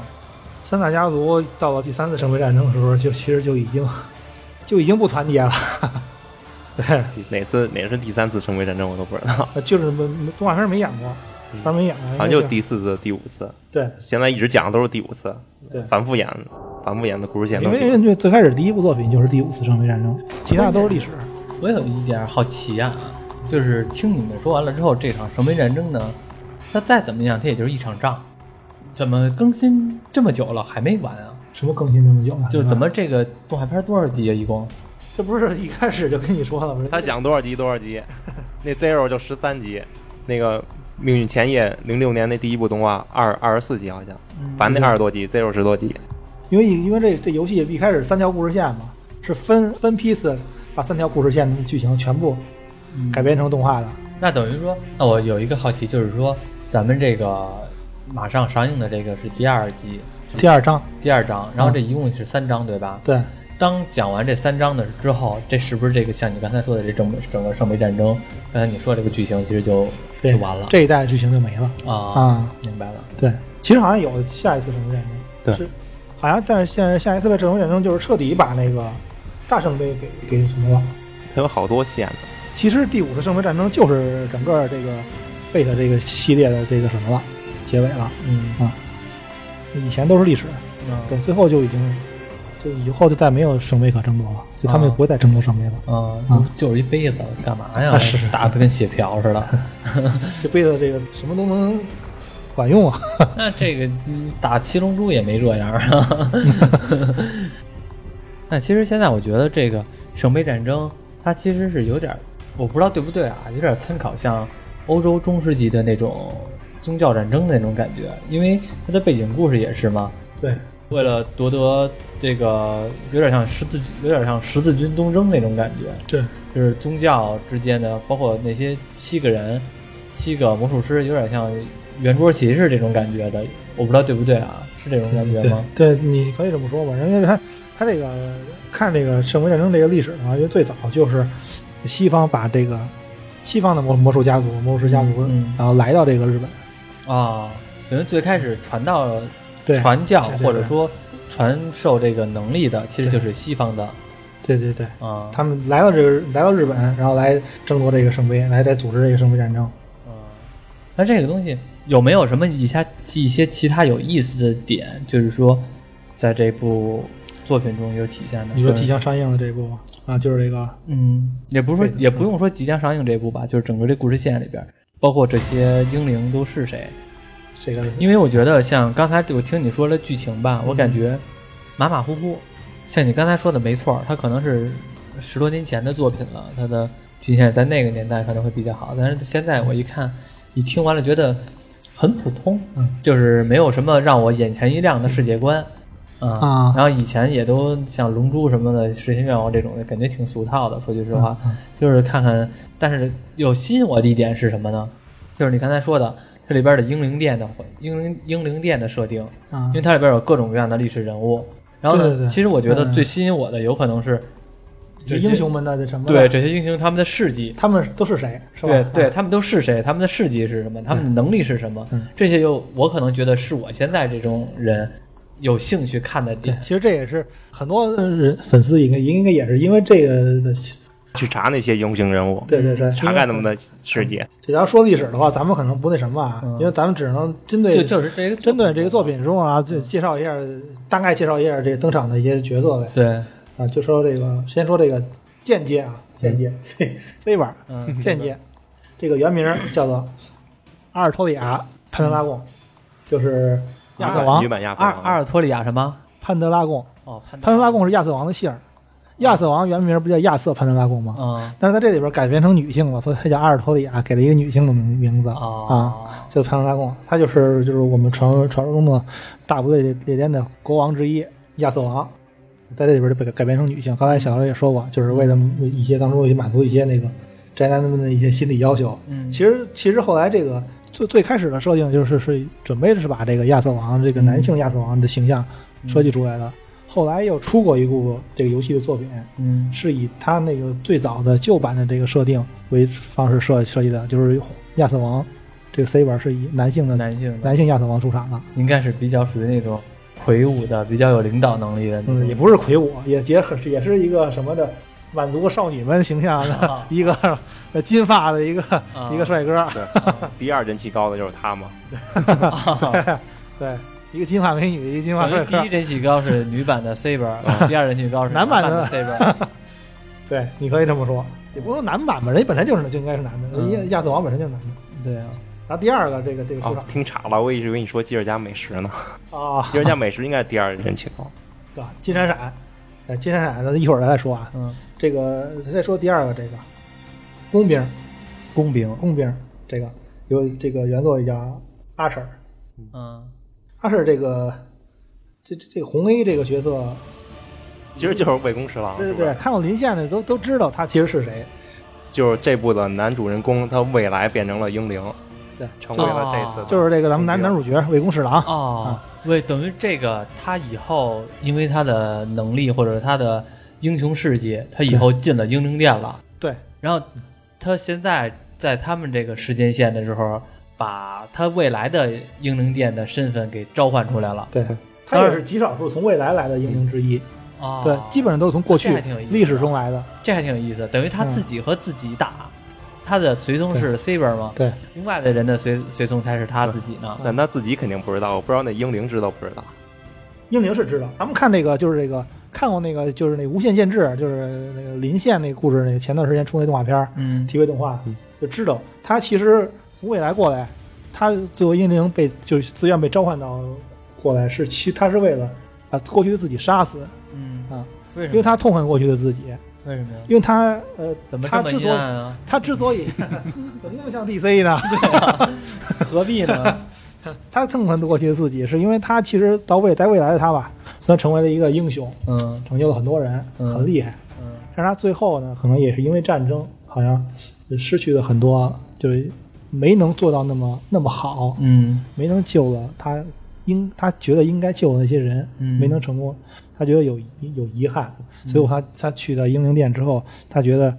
三大家族到了第三次圣杯战争的时候，就其实就已经就已经不团结了。 [laughs] 对，哪次哪是第三次圣杯战争我都 [laughs] 不知道，呃就是没没动画片没演过，嗯当时没演过，好像应该就是第四次、第五次，对现在一直讲的都是第五次对，反复演，反复演的故事线因都是为第因五次。为这最开始第一部作品就是第五次圣杯战争，其他都是历史。我有一点好奇啊，就是听你们说完了之后，这场圣杯战争呢，它再怎么样，它也就是一场仗，怎么更新这么久了还没完啊？什么更新这么久了？就是怎么这个动画片多少集啊？一共？这不是一开始就跟你说了吗？他想多少集多 [laughs] 少集，那 Zero 就十三集，那个命运前夜零六年那第一部动画二二十四集好像，嗯反正那二十多集，Zero 十多集，因为因为这这游戏一开始三条故事线嘛，是分分批次把三条故事线的剧情全部嗯改编成动画的。那等于说，那我有一个好奇，就是说咱们这个马上上映的这个是第二集，第二章，第二章，然后嗯这一共是三章，对吧？对，当讲完这三章的之后，这是不是这个像你刚才说的这整个整个圣杯战争？刚才你说这个剧情其实就对就完了这一代剧情就没了啊，啊。明白了。对，其实好像有下一次圣杯战争，对是，好像但是现在下一次的圣杯战争就是彻底把那个大圣杯给给什么了。它有好多线呢。其实第五次圣杯战争就是整个这个 Fate 这个系列的这个什么了，结尾了。嗯，以前都是历史，对，最后就已经就以后就再没有圣杯可争夺了，就他们啊不会再争夺圣杯了。嗯啊，就是一杯子，干嘛呀？啊是是打的跟血瓢似的。啊这杯子这个什么都能管用啊。那这个嗯打七龙珠也没这样啊。 [laughs] 那其实现在我觉得这个圣杯战争，它其实是有点儿，我不知道对不对啊，有点儿参考像欧洲中世纪的那种宗教战争的那种感觉，因为它的背景故事也是嘛， [laughs] 对，为了夺得这个有点像十字，有点像十字军东征那种感觉。对，就是宗教之间的，包括那些七个人、七个魔术师，有点像圆桌骑士这种感觉的，我不知道对不对啊？是这种感觉吗？对，对你可以这么说吧。人家他他这个看这个圣杯战争这个历史的话，因为最早就是西方把这个西方的魔魔术家族、魔术师家族，嗯然后来到这个日本，啊，可能最开始传到对，传教对对对或者说传授这个能力的，其实就是西方的对对对，啊。他们来到这个来到日本，然后来争夺这个圣杯，来来组织这个圣杯战争。嗯，那这个东西有没有什么以下一些其他有意思的点？就是说，在这部作品中有体现的？你说就是即将上映的这部吗？啊，就是这个嗯，也不是对说的也不用说即将上映这部吧，就是整个这故事线里边，包括这些英灵都是谁。这个因为我觉得像刚才我听你说了剧情吧，我感觉马马虎虎。像你刚才说的没错，它可能是十多年前的作品了，它的剧情线在那个年代可能会比较好，但是现在我一看，一听完了觉得很普通，嗯就是没有什么让我眼前一亮的世界观。啊、啊然后以前也都像《龙珠》什么的，《实现愿望》这种的，感觉挺俗套的。说句实话，嗯就是看看，但是有吸引我的一点是什么呢？就是你刚才说的，这里边的英灵殿的英灵英灵殿的设定，啊因为它里边有各种各样的历史人物。然后呢，对对对其实我觉得嗯最吸引我的有可能是这些英雄们的这什么对，这些英雄他们的事迹，他们都是谁是吧？对对，啊他们都是谁，他们的事迹是什么，他们的能力是什么嗯，这些又我可能觉得是我现在这种人有兴趣看的对点，。其实这也是很多人粉丝应该应该也是因为这个的，去查那些英雄人物，对对对，查看他们的事迹。这要说历史的话，咱们可能不那什么啊，嗯因为咱们只能针就对就是这个针对这个作，品中啊，介介绍一下，大概介绍一下这个登场的一些角色呗。对，啊，就说这个，先说这个间接啊，间接 [laughs] C C 版嗯，间接，这个原名叫做阿尔托里亚潘德拉贡，就是亚瑟王女版亚瑟阿王，阿尔托里亚什么？潘德拉贡。哦，潘潘德拉贡是亚瑟王的姓儿，亚瑟王原名不叫亚瑟潘德拉啊贡吗？嗯但是在这里边改编成女性了，所以他叫阿尔托里亚，给了一个女性的名名字啊，啊叫潘德拉贡。他就是就是我们传说传说中的大部队列列颠的国王之一亚瑟王，在这里边就被改编成女性。刚才小姚也说过，就是为了一些当中也满足一些那个宅男们的一些心理要求。嗯，其实其实后来这个最最开始的设定就是是准备是把这个亚瑟王这个男性亚瑟王的形象嗯设计出来的。后来又出过一部这个游戏的作品，嗯是以他那个最早的旧版的这个设定为方式设设计的，就是亚瑟王这个 C 版是以男性的男性的男性亚瑟王出场的，应该是比较属于那种魁梧的，比较有领导能力的那种，嗯，也不是魁梧，也也很也是一个什么的满足少女们形象的一个呃 [laughs] 金发的一个啊一个帅哥， [laughs] 第二人气高的就是他嘛。 [laughs] 对，一个金发美女，一个金发我觉得帅哥第一，人气高是女版的 Saber，第二人气高是啊男版版的的 Saber。 [laughs] 对，你可以这么说，也不是说男版吧，人家本身就是就应该是男的，嗯亚亚瑟王本身就是男的。对啊，然后第二个这个这个出哦 [laughs] 哦，听岔了，我一直以为你说吉尔加美食呢。场啊，吉尔加美食应该是第二人气高。对吧？金闪闪，呃，金闪闪，咱一会儿再说啊。嗯，这个再说第二个，这个工兵，工兵，工兵，这个有这个原作也叫阿婶儿，嗯阿婶儿这个这这这个红 A 这个角色，其实就是魏公侍郎，对对啊是对，吧看过林线的都都知道他其实是谁，就是这部的男主人公，他未来变成了英灵，对，成为了这次的哦就是这个咱们男红男主角魏公侍郎，哦，为等于这个他以后因为他的能力或者他的英雄事迹，他以后进了英灵殿了。对，然后他现在在他们这个时间线的时候，把他未来的英灵殿的身份给召唤出来了。对对，他也是极少数从未来来的英雄之一，哦，对，基本上都是从过这去还挺有意思的啊历史中来的，这还挺有意思，等于他自己和自己打。他的随从是 Saber 吗？嗯对，另外的人的随随从才是他自己呢。但他自己肯定不知道，我不知道那英灵知道不知道。英灵是知道。咱们看这个就是这个看过那个就是那个无限限制，就是那个林线那个故事，那个前段时间出那动画片儿嗯， TV 动画嗯，就知道他其实从未来过来，他作为英灵被就是自愿被召唤到过来，是其他是为了把过去的自己杀死，嗯啊，为什因么为？他痛恨过去的自己，为什么呀？因为他呃怎么他这么之阴所以暗啊？他之所以 [laughs] 怎么那么像 DC 呢？何必呢？他痛恨过去的自己，是因为他其实到未在未来的他吧，虽然成为了一个英雄， [laughs] 嗯拯救了很多人，嗯很厉害，嗯但是他最后呢，可能也是因为战争，好像失去了很多，就是没能做到那么那么好，嗯没能救了他应他觉得应该救的那些人，嗯没能成功，他觉得有遗有遗憾，所以我他他去到英灵殿之后，他觉得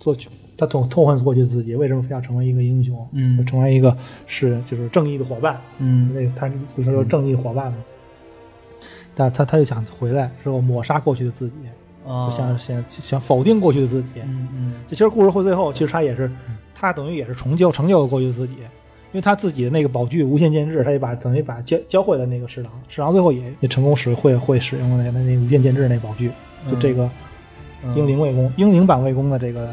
做他痛痛恨过去自己，为什么非要成为一个英雄，嗯成为一个是就是正义的伙伴，嗯那个他不是说正义伙伴吗？但他他就想回来之后抹杀过去的自己，啊，就想想想否定过去的自己。嗯嗯这其实故事会最后，其实他也是他等于也是重旧成就了过去的自己，因为他自己的那个宝具无限剑制，他也把等于把教教会了那个侍郎，侍郎最后也也成功使会会使用了那那那无限剑制那宝具，就这个嗯英灵卫宫、英灵版卫宫的这个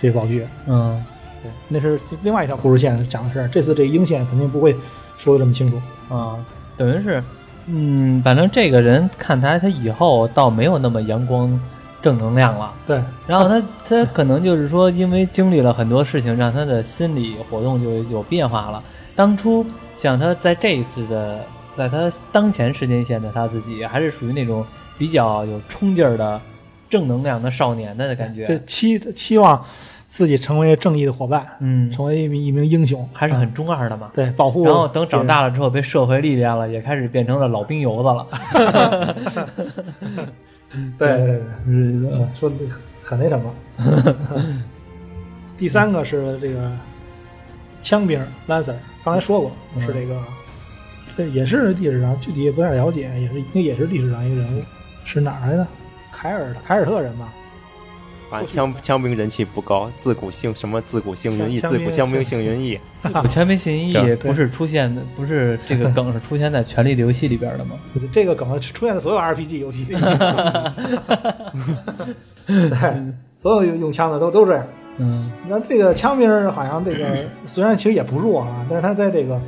这个宝具，嗯对，那是另外一条故事线讲的是这次这英线肯定不会说的这么清楚。啊，等于是嗯，反正这个人看来他以后倒没有那么阳光正能量了。对，然后他他可能就是说，因为经历了很多事情，让他的心理活动就有变化了。当初像他在这一次的，在他当前时间线的他自己，还是属于那种比较有冲劲儿的正能量的少年的感觉。对，期期望自己成为正义的伙伴，嗯，成为一名一名英雄，还是很中二的嘛。嗯对保护。然后等长大了之后，被社会历练了，也开始变成了老兵油子了。 [laughs] 嗯别人，对对对，是呃说的很那什么。 [laughs] 第三个是这个枪兵 Lancer，刚才说过嗯是这个，这也是历史上具体也不太了解，也是应该也是历史上一个人物，是哪儿来的？凯尔凯尔特人吧？反正枪枪兵人气不高，自古幸什么自古幸云逸，枪自古枪枪兵兵幸云逸，啊我前面信义这样不是出 [laughs] 现的，不是这个梗是出现在《权力的游戏》里边的吗？这个梗出现在所有 RPG [laughs] 游戏里， [laughs] 对，所有用枪的都都这样。 [laughs] 嗯然后这个枪兵儿好像这个虽然其实也不弱啊，但是他在这个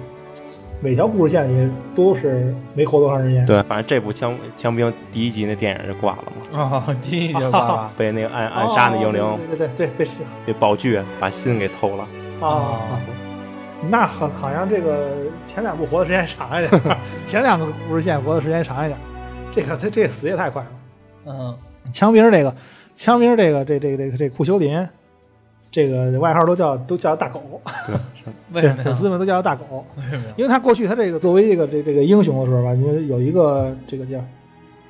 每条故事线里都是没活多长时间。哦对，反正这部枪枪兵第一集那电影就挂了嘛，哦，第一就挂 [laughs] 了。被那个暗哦，暗杀那英哦灵对对对对，被是这宝具把心给偷了，啊，那好，好像这个前两部活的时间长一点儿， [laughs] 前两个故事线活的时间长一点儿，这个他这个死也太快了。嗯枪兵儿这个，枪兵儿这个这这这这库丘林，这个外号都叫都叫大狗，为对什么 [laughs] 粉丝呀？们都叫他大狗。 [laughs] 为什么呀？因为他过去他这个作为这个这这个英雄的时候吧，因为有一个这个叫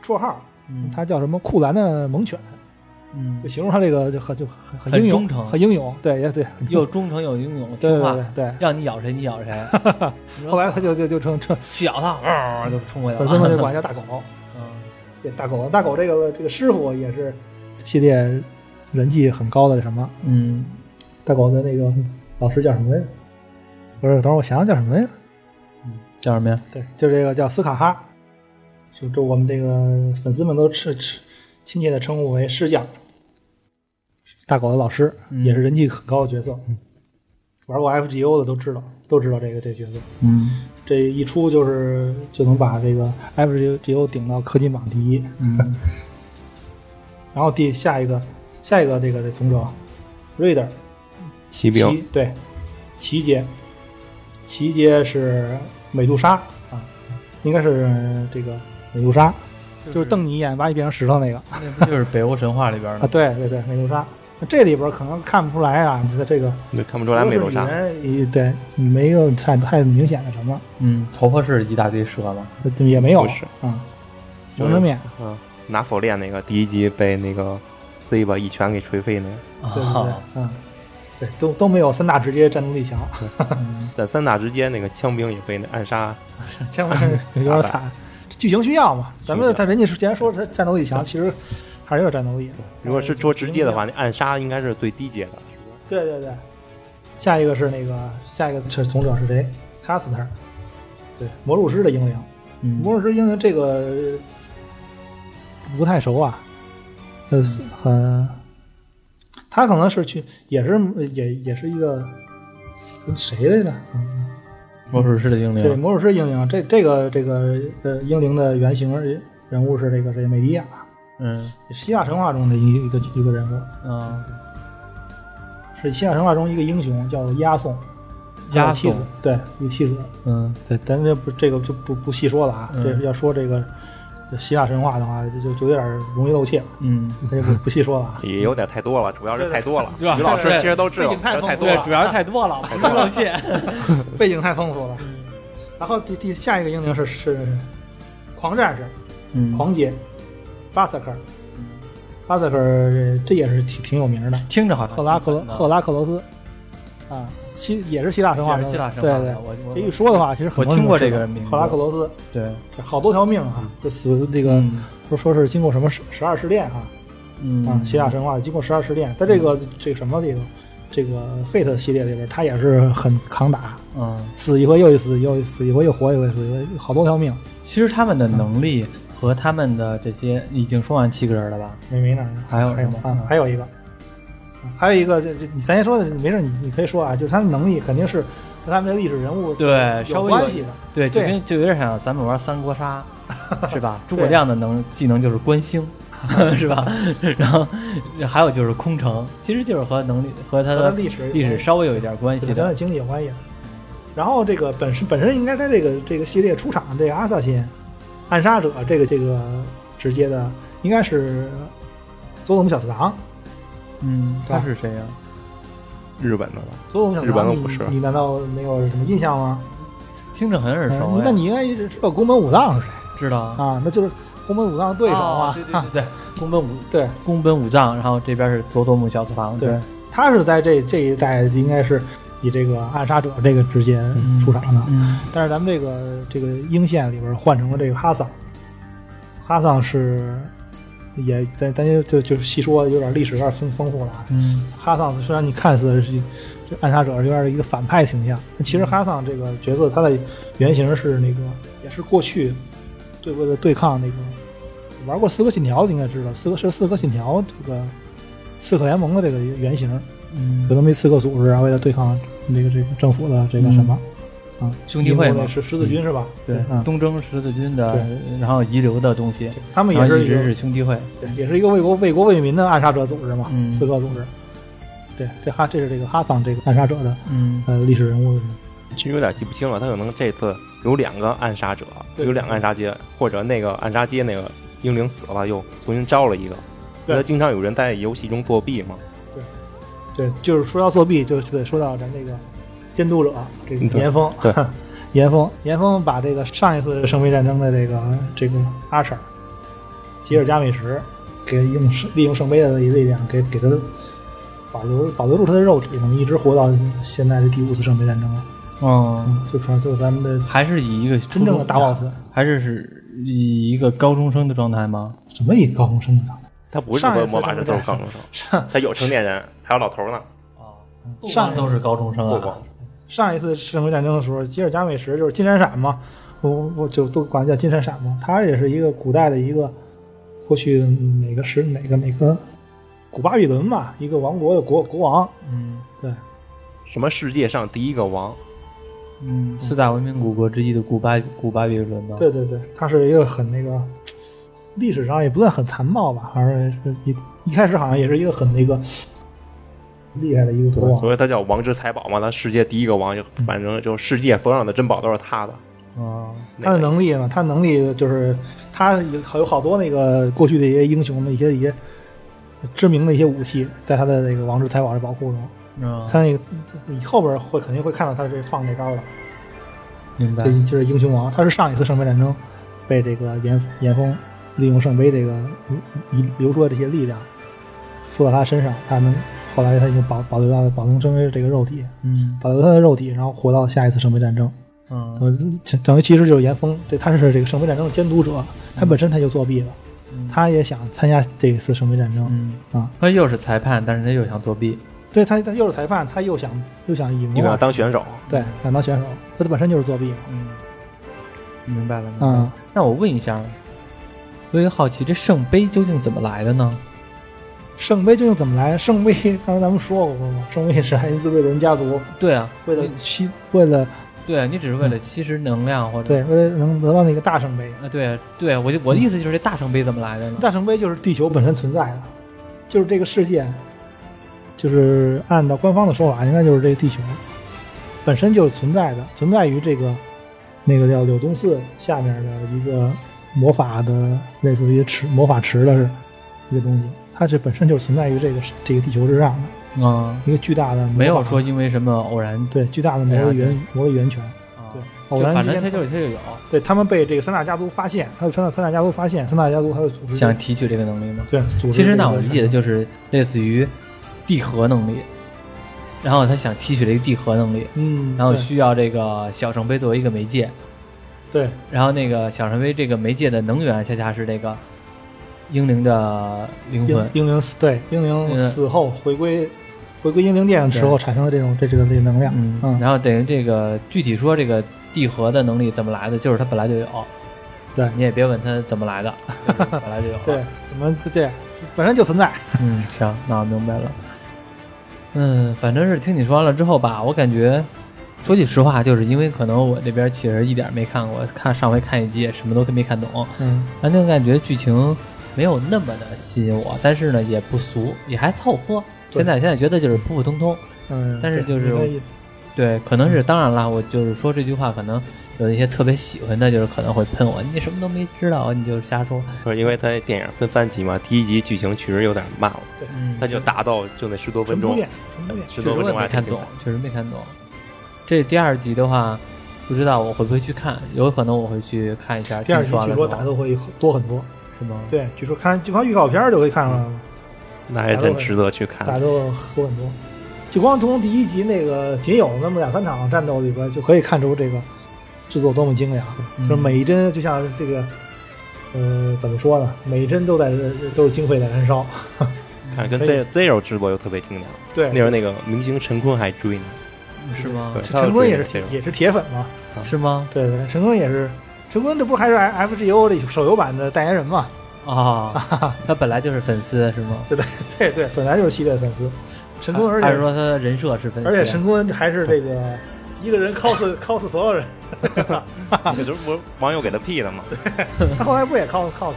绰号，嗯他叫什么库兰的猛犬，嗯就形容他这个就很就很很很英勇，忠诚很英勇，对，也对，很 [laughs] 又忠诚又英勇，听对对话，对对让你咬谁你咬谁， [laughs] 对。后来他就就就成成去咬他，嗷、就冲过去粉丝了。们就管他叫大狗， [laughs] 嗯对大狗大狗这个这个师傅也是系列人气很高的什么嗯，大狗的那个老师叫什么来着？不是，等会儿我想想叫什么来着？叫什么呀？对，就这个叫斯卡哈，就就我们这个粉丝们都吃吃亲切的称呼为师匠，大狗的老师，嗯也是人气很高的角色。玩过 FGO 的都知道，都知道这个这个角色。嗯这一出就是就能把这个 FGO 顶到氪金榜第一。 [laughs] 嗯，然后第下一个下一个这个这从者 Raider 骑兵骑对骑阶，骑阶是美杜莎啊，应该是这个美杜莎，就是瞪你一眼把你变成石头那个那不就是北欧神话里边啊，的？对对对，美杜莎。这里边可能看不出来啊，这这个你看不出来美洲除啥，了是女人，对，没有太太明显的什么，嗯，头发是一大堆蛇吗？也没有不是啊，就蒙是着面，嗯，拿否链那个第一集被那个 C 吧一拳给锤飞那个，啊对对对，嗯，对，都都没有三大直接战斗力 [laughs] 强，在三打之间那个枪兵也被那暗杀，千万 [laughs] 有点惨。这剧情需要嘛？咱们需要他人家是既然说他战斗力强，其实还是有点战斗力的。如果是说直接的哎话，那暗杀应该是最低阶的，是不对对对，下一个是那个下一个是从者是谁？卡斯特，对，魔术师的英灵，嗯，魔术师英灵这个呃不太熟啊，呃，很，他可能是去也是也也是一个跟谁来的？嗯魔术师的精对，灵，魔术师英灵，这这个这个呃，英灵的原型人物是这个这个美迪亚，嗯希腊神话中的一个一个人物，嗯，是希腊神话中一个英雄叫押送，押妻送子，对，有妻子，嗯对，咱这不这个就不不细说了啊，嗯这要说这个希腊神话的话，就就就有点容易露怯，嗯，那就不不细说 [laughs] 了啊。是也有点太多了，主要是太多了。对对于老师其实都知道背景，太这丰太富多了了。要是太多了，不露怯。背景太丰富了。嗯然后第第下一个英灵是是狂战士，嗯，狂杰，巴萨克，巴萨克这这也是挺挺有名的，听着好像赫拉克罗啊挺狠的赫拉克罗斯啊，希也是希腊神话是中的，希腊神话对的对。我我这一说的话，其实很多我人听过知道这个名字赫拉克罗斯，对，这好多条命啊，就死这个嗯说说是经过什么十十二试炼啊，啊，嗯，希腊神话经过十二试炼，在这个这个什么这个这个 Fate 系列里边，他也是很扛打，嗯，死一回又一死，又一死一回又活一回，死一回好多条命，其实他们的能力和他们的这些已经说完七个人了吧？没没那儿还有还有什么啊，还有一个，啊还有一个，这这你咱先说的，没事，你你可以说啊，就是他的能力肯定是和他们这历史人物对，稍有微关系的，对，就对跟就有点像咱们玩三国 [laughs] 杀，是吧？诸葛亮的能技能就是观星， [laughs] 是吧？然后还有就是空城，其实就是和能力和他和他的历史有呃历史稍微有一点关系对他的的。经历有关系。然后这个本身本身应该在这个这个系列出场的这个阿萨辛暗杀者这个这个直接的应该是佐佐木小次郎，嗯，对吧他是谁呀？日本的吧，佐佐木小次日本郎的你武士你难道没有什么印象吗？听着很耳熟嗯那哎，你应该知道宫本武藏是谁知道啊？啊？那就是宫本武藏的对手哦啊。对 [laughs] 对对对，宫本武 [laughs] 对，宫本武藏，然后这边是佐佐木小次郎，对，他是在这这一代应该是以这个暗杀者这个直接出场的。嗯但是咱们这个这个英线里边换成了这个哈桑，哈桑是也咱咱就就就细说，有点历史有点丰丰富了啊。嗯哈桑虽然你看似是一这暗杀者有点一个反派形象，但其实哈桑这个角色他的原型是那个也是过去对为了对抗那个玩过《刺客信条》的应该知道，《刺客是《刺客信条》这个刺客联盟的这个原型，嗯格德梅刺客组织，然后为了对抗那个这个政府的这个什么。啊，兄弟会嘛是十字军是吧？对嗯，东征十字军的，然后遗留的东西，他们也然后是一一直个是兄弟会，也是一个为国为国为民的暗杀者组织嘛，嗯刺客组织。对，这哈这是这个哈桑这个暗杀者的嗯呃历史人物。其实有点记不清了。他可能这次有两个暗杀者，对有两个暗杀街，或者那个暗杀街那个英灵死了，又重新招了一个。因对为他经常有人在游戏中作弊嘛，对，就是说到作弊，就就得说到咱这个监督者这个嗯对严峰。对， [laughs] 严峰，严峰把这个上一次圣杯战争的这个这个阿婶儿吉尔加美什给用圣利用圣杯的力量给给他保留保留住他的肉体，能一直活到现在的第五次圣杯战争了。嗯，嗯，就传就是咱们的还是以一个初真中正的大 boss，还是是以一个高中生的状态吗？什么以高中生呢？他不是上一和次魔法他师们都在是高中生，上他有成年人，还有老头呢，啊，不光都是高中生不啊光，上一次圣杯战争的时候，吉尔加美什就是金闪闪嘛，我我就都管他叫金闪闪嘛，他也是一个古代的一个，过去哪个时哪个哪个古巴比伦嘛，一个王国的国国王，嗯对，什么世界上第一个王，嗯，四大文明古国之一的古巴古巴比伦吧。对对对，它是一个很那个，历史上也不算很残暴吧，反正是一一开始好像也是一个很那个厉害的一个国王。所以他叫王之财宝嘛，他世界第一个王，就嗯反正就世界所有的珍宝都是他的。啊，他的能力嘛，他能力就是他有好有好多那个过去的一些英雄的一些一些知名的一些武器，在他的那个王之财宝的保护中。嗯，他那个你后边会肯定会看到他这放这招的，明白这。就是英雄王，他是上一次圣杯战争被这个严严峰利用圣杯这个嗯遗遗流出的这些力量附到他身上，他能后来他已经保保留到保留圣杯这个肉体，嗯保留他的肉体，然后活到下一次圣杯战争。嗯嗯，等于其实就是严峰，这他是这个圣杯战争的监督者，他本身他就作弊了，嗯他也想参加这一次圣杯战争，嗯啊，他又是裁判，但是他又想作弊。对他他又是裁判，他又想又想以你魔把他法当选手，对想当选手，他本身就是作弊嘛，嗯，明白了。明白了嗯。那我问一下，我有一个好奇，这圣杯究竟怎么来的呢？圣杯究竟怎么来？圣杯刚才咱们说过嘛，圣杯是爱因斯贝伦家族对啊，为了你吸，为了对啊你只是为了吸食能量或者嗯对，嗯为了能得到那个大圣杯。啊对对，我就我的意思就是这大圣杯怎么来的呢？大圣杯就是地球本身存在的，就是这个世界，就是按照官方的说法，应该就是这个地球本身就是存在的，存在于这个那个叫柳东寺下面的一个魔法的类似于池魔法池的是一个东西，它是本身就是存在于这个这个地球之上的嗯，一个巨大的魔法没有说因为什么偶然，对巨大的魔哎呀力源魔力源泉。啊对，就偶然反之正间他就是他就有对他们被这个三大家族发现，还有三大三大家族发现，三大家族还有组织想提取这个能力吗？对组织。其实呢，我理解的就是类似于地核能力，然后他想提取这个地核能力，嗯，然后对需要这个小圣杯作为一个媒介，对然后那个小圣杯这个媒介的能源啊恰恰是这个英灵的灵魂英，英灵死对英灵嗯死后回归回归英灵殿的时候产生的这种这这个这个能量，嗯，然后等于这个具体说这个地核的能力怎么来的，就是它本来就有，对你也别问它怎么 [laughs] 来的，就是本来就有，对，，我们对本身就存在，嗯，行，那我明白了。嗯，反正是听你说完了之后吧，我感觉，说句实话，就是因为可能我这边确实一点儿没看过，看上回看一集也什么都没看懂，嗯，反正感觉剧情没有那么的吸引我，但是呢也不俗，也还凑合。对现在现在觉得就是普普通通，嗯，但是对就是应该也对，可嗯能是当然啦，我就是说这句话，可能有一些特别喜欢的，就是可能会喷我，你什么都没知道，你就瞎说。就是因为他电影分三集嘛，第一集剧情确实有点慢了，嗯，他就打到就那十多分纯铺钟，垫，纯铺垫，确十多实我分也钟没还挺看精懂彩。，确实没看懂。这第二集的话，不知道我会不会去看，有可能我会去看一下。第二集听完据了说之后打斗会多很多，是吗？对，据说看就光预告片儿就可以看了，那还真值得去看。打斗多很多。就光从第一集那个仅有那么两三场战斗里边，就可以看出这个制作多么精良，嗯就是每一帧就像这个，呃，怎么说呢？每一帧都在都是经费在燃烧。看跟可以 Z Zero 直播又特别精良，对，那时候那个明星陈坤还追呢，是吗对？陈坤也是他铁要追那个 Zero 也是铁粉嘛。是吗？对对，陈坤也是，陈坤这不是还是 FGO 这手游版的代言人嘛？ [laughs] 啊，他本来就是粉丝是吗？对对对对，本来就是系列粉丝。陈坤啊而还是且说他的人设是粉丝？而且陈坤还是这个一个人 cos [laughs] cos 所有人，那时候 [laughs] 不是网友给他 P 的嘛，他后来不是也 cos cos 了？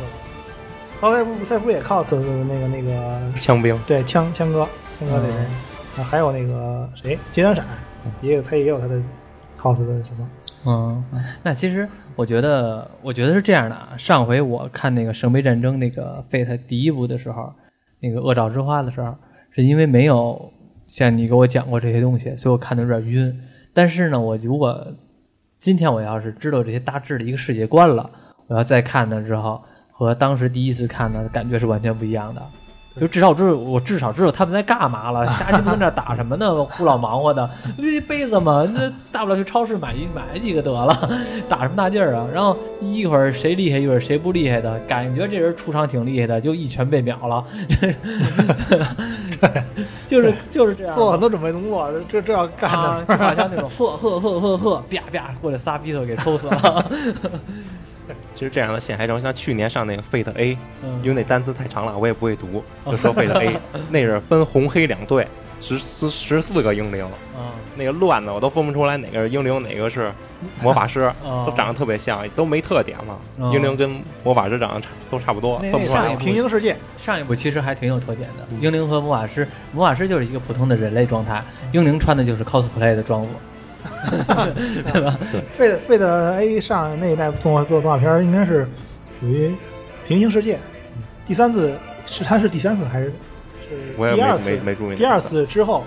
后来不他不是也 cos 那个那个 [laughs] 枪兵。对枪枪哥枪哥这人，嗯啊还有那个谁金闪闪也有他也有他的 cos 的什么嗯，那其实我觉得，我觉得是这样的啊。上回我看那个《圣杯战争》那个 Fate 第一部的时候，那个恶兆之花的时候，是因为没有像你给我讲过这些东西，所以我看的有点晕。但是呢，我如果今天我要是知道这些大致的一个世界观了，我要再看的时候，和当时第一次看的感觉是完全不一样的。就至少知道我至少知道他们在干嘛了，瞎鸡巴跟这打什么呢？胡老忙活的， [laughs] 这杯子嘛，那大不了去超市买一买几个得了， [laughs] 打什么大劲儿啊？然后一会儿谁厉害一会儿谁不厉害的，感觉这人出场挺厉害的，就一拳被秒了， [laughs] 就是 [laughs] 就是这样。做了很多准备工作，这这要干啊的，就好像那种 [laughs] 呵呵呵呵呵，啪啪过来仨逼头给抽死了。其实这样的线还成，像去年上那个 Fate A，嗯因为那单词太长了，我也不会读，就说 Fate A，那是分红黑两队，十十十四个英灵，嗯那个乱的我都分不出来哪个是英灵，哪个是魔法师，哦都长得特别像，都没特点嘛。哦英灵跟魔法师长得差都差不多，那分不那出上来一啥部平行世界，上一部其实还挺有特点的，嗯英灵和魔法师，魔法师就是一个普通的人类状态，英灵穿的就是 cosplay 的装服，对吧？费的费的 A 上那一代动画做动画片儿应该是属于平行世界，嗯第三次是他是第三次还是是我也第没二没次？没注意。第二，次之后，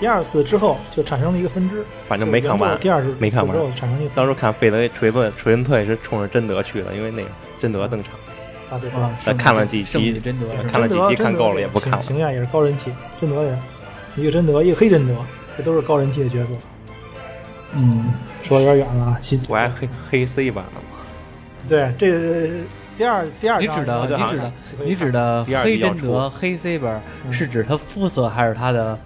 第二次之后就产生了一个分支，反正没看就原完作。第二次没看完之后产生一个分当时看费德锤子锤恩特也是冲着贞德去的，因为那个贞德登场，支啊对对。啊，但看了几集圣女贞德是吧，看了几集看够了也不看了形象也是高人气，贞德也是一个贞德，一个黑贞德，这都是高人气的角色。嗯，说的有点远了啊，其我还黑黑 C 版呢。对这个第二第二你章指的啊就你好指看的就可以你指的第二集黑要贞出德黑 saber 嗯是指他肤色还是他的，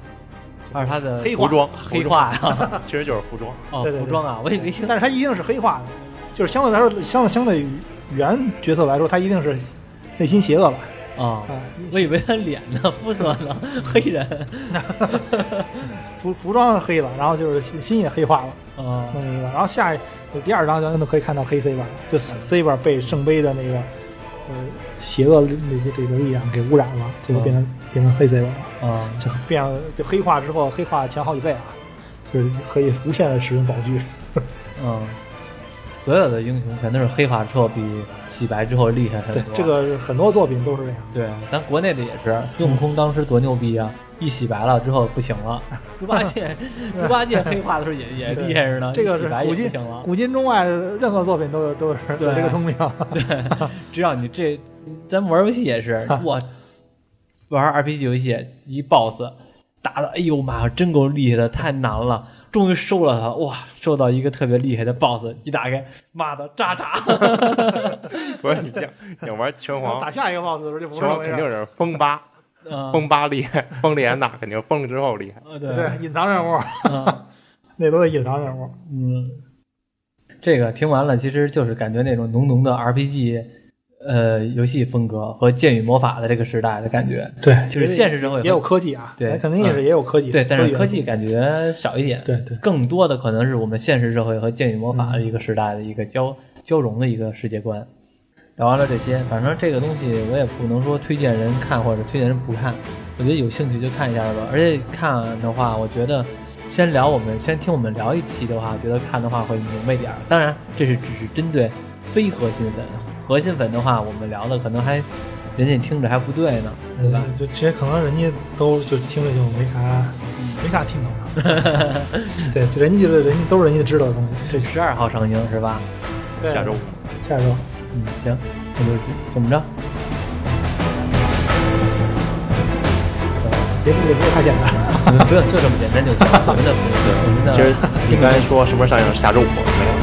还是他的黑化服装，黑化呀？其实就是服装。哦，对对对服装啊，我以为看 [laughs] 但是它一定是黑化的，就是相对来说，相相对于原角色来说，他一定是内心邪恶吧？啊，啊，我以为他脸呢，肤色呢， [laughs] 黑人服服装黑了，然后就是心心也黑化了，啊那么一个。然后下一第二章咱们可以看到黑 C 版，就啊 C 版被圣杯的那个呃邪恶那些这个力量给污染了，最后变成、变成黑 C 版了。啊，这变成就黑化之后，黑化强好几倍啊，就是可以无限的使用宝具。嗯，所有的英雄全都是黑化之后比洗白之后厉害很对多。，这个是很多作品都是这样。对，咱国内的也是，孙悟空当时多牛逼啊！一洗白了之后不行 [laughs] 了，猪八戒，猪八戒黑化的时候也 [laughs] 也对厉害着呢，这个一洗是白也古不今行了。古今中外任何作品都有都是啊对有这个通病。只要你这，咱玩游戏也 [laughs] 是，我玩 RPG 游戏一 BOSS 打的，哎呦妈呀，真够厉害的，太难了。终于收了他，哇！收到一个特别厉害的 BOSS，一打开，妈的，渣 [laughs] 渣！不是你想想玩拳然后皇打，下一个 BOSS 的时候就不是拳那么皇回哦肯事定儿是封八，嗯，封八厉害，封李安娜肯定封了之后厉害。呃对，隐藏任务嗯那都是隐藏任务。嗯，这个听完了，其实就是感觉那种浓浓的 RPG，呃，游戏风格和剑与魔法的这个时代的感觉，对，就是现实社会也有科技啊，对嗯肯定也是也有科技。对，但是科元素技感觉少一点，对对更多的可能是我们现实社会和剑与魔法的一个时代的一个交交融的一个世界观。聊完了这些，反正这个东西我也不能说推荐人看或者推荐人不看，我觉得有兴趣就看一下吧。而且看的话，我觉得先聊我们先听我们聊一期的话，觉得看的话会明白点儿。当然，这是只是针对非核心粉，核心粉的话，我们聊的可能还人家听着还不对呢，对吧？嗯就直接可能人家都就听着就没啥嗯没啥听头了。对，就人家就是人家都是人家知道的东西。这是 [laughs] 十二号上映是吧？对下周下周。嗯，行，那就怎么着？结束也不是太简 [laughs] 单。嗯呃不用就这么简单就行。我们的，我们的，啊其实你刚才说什么时候上映？下周五没有。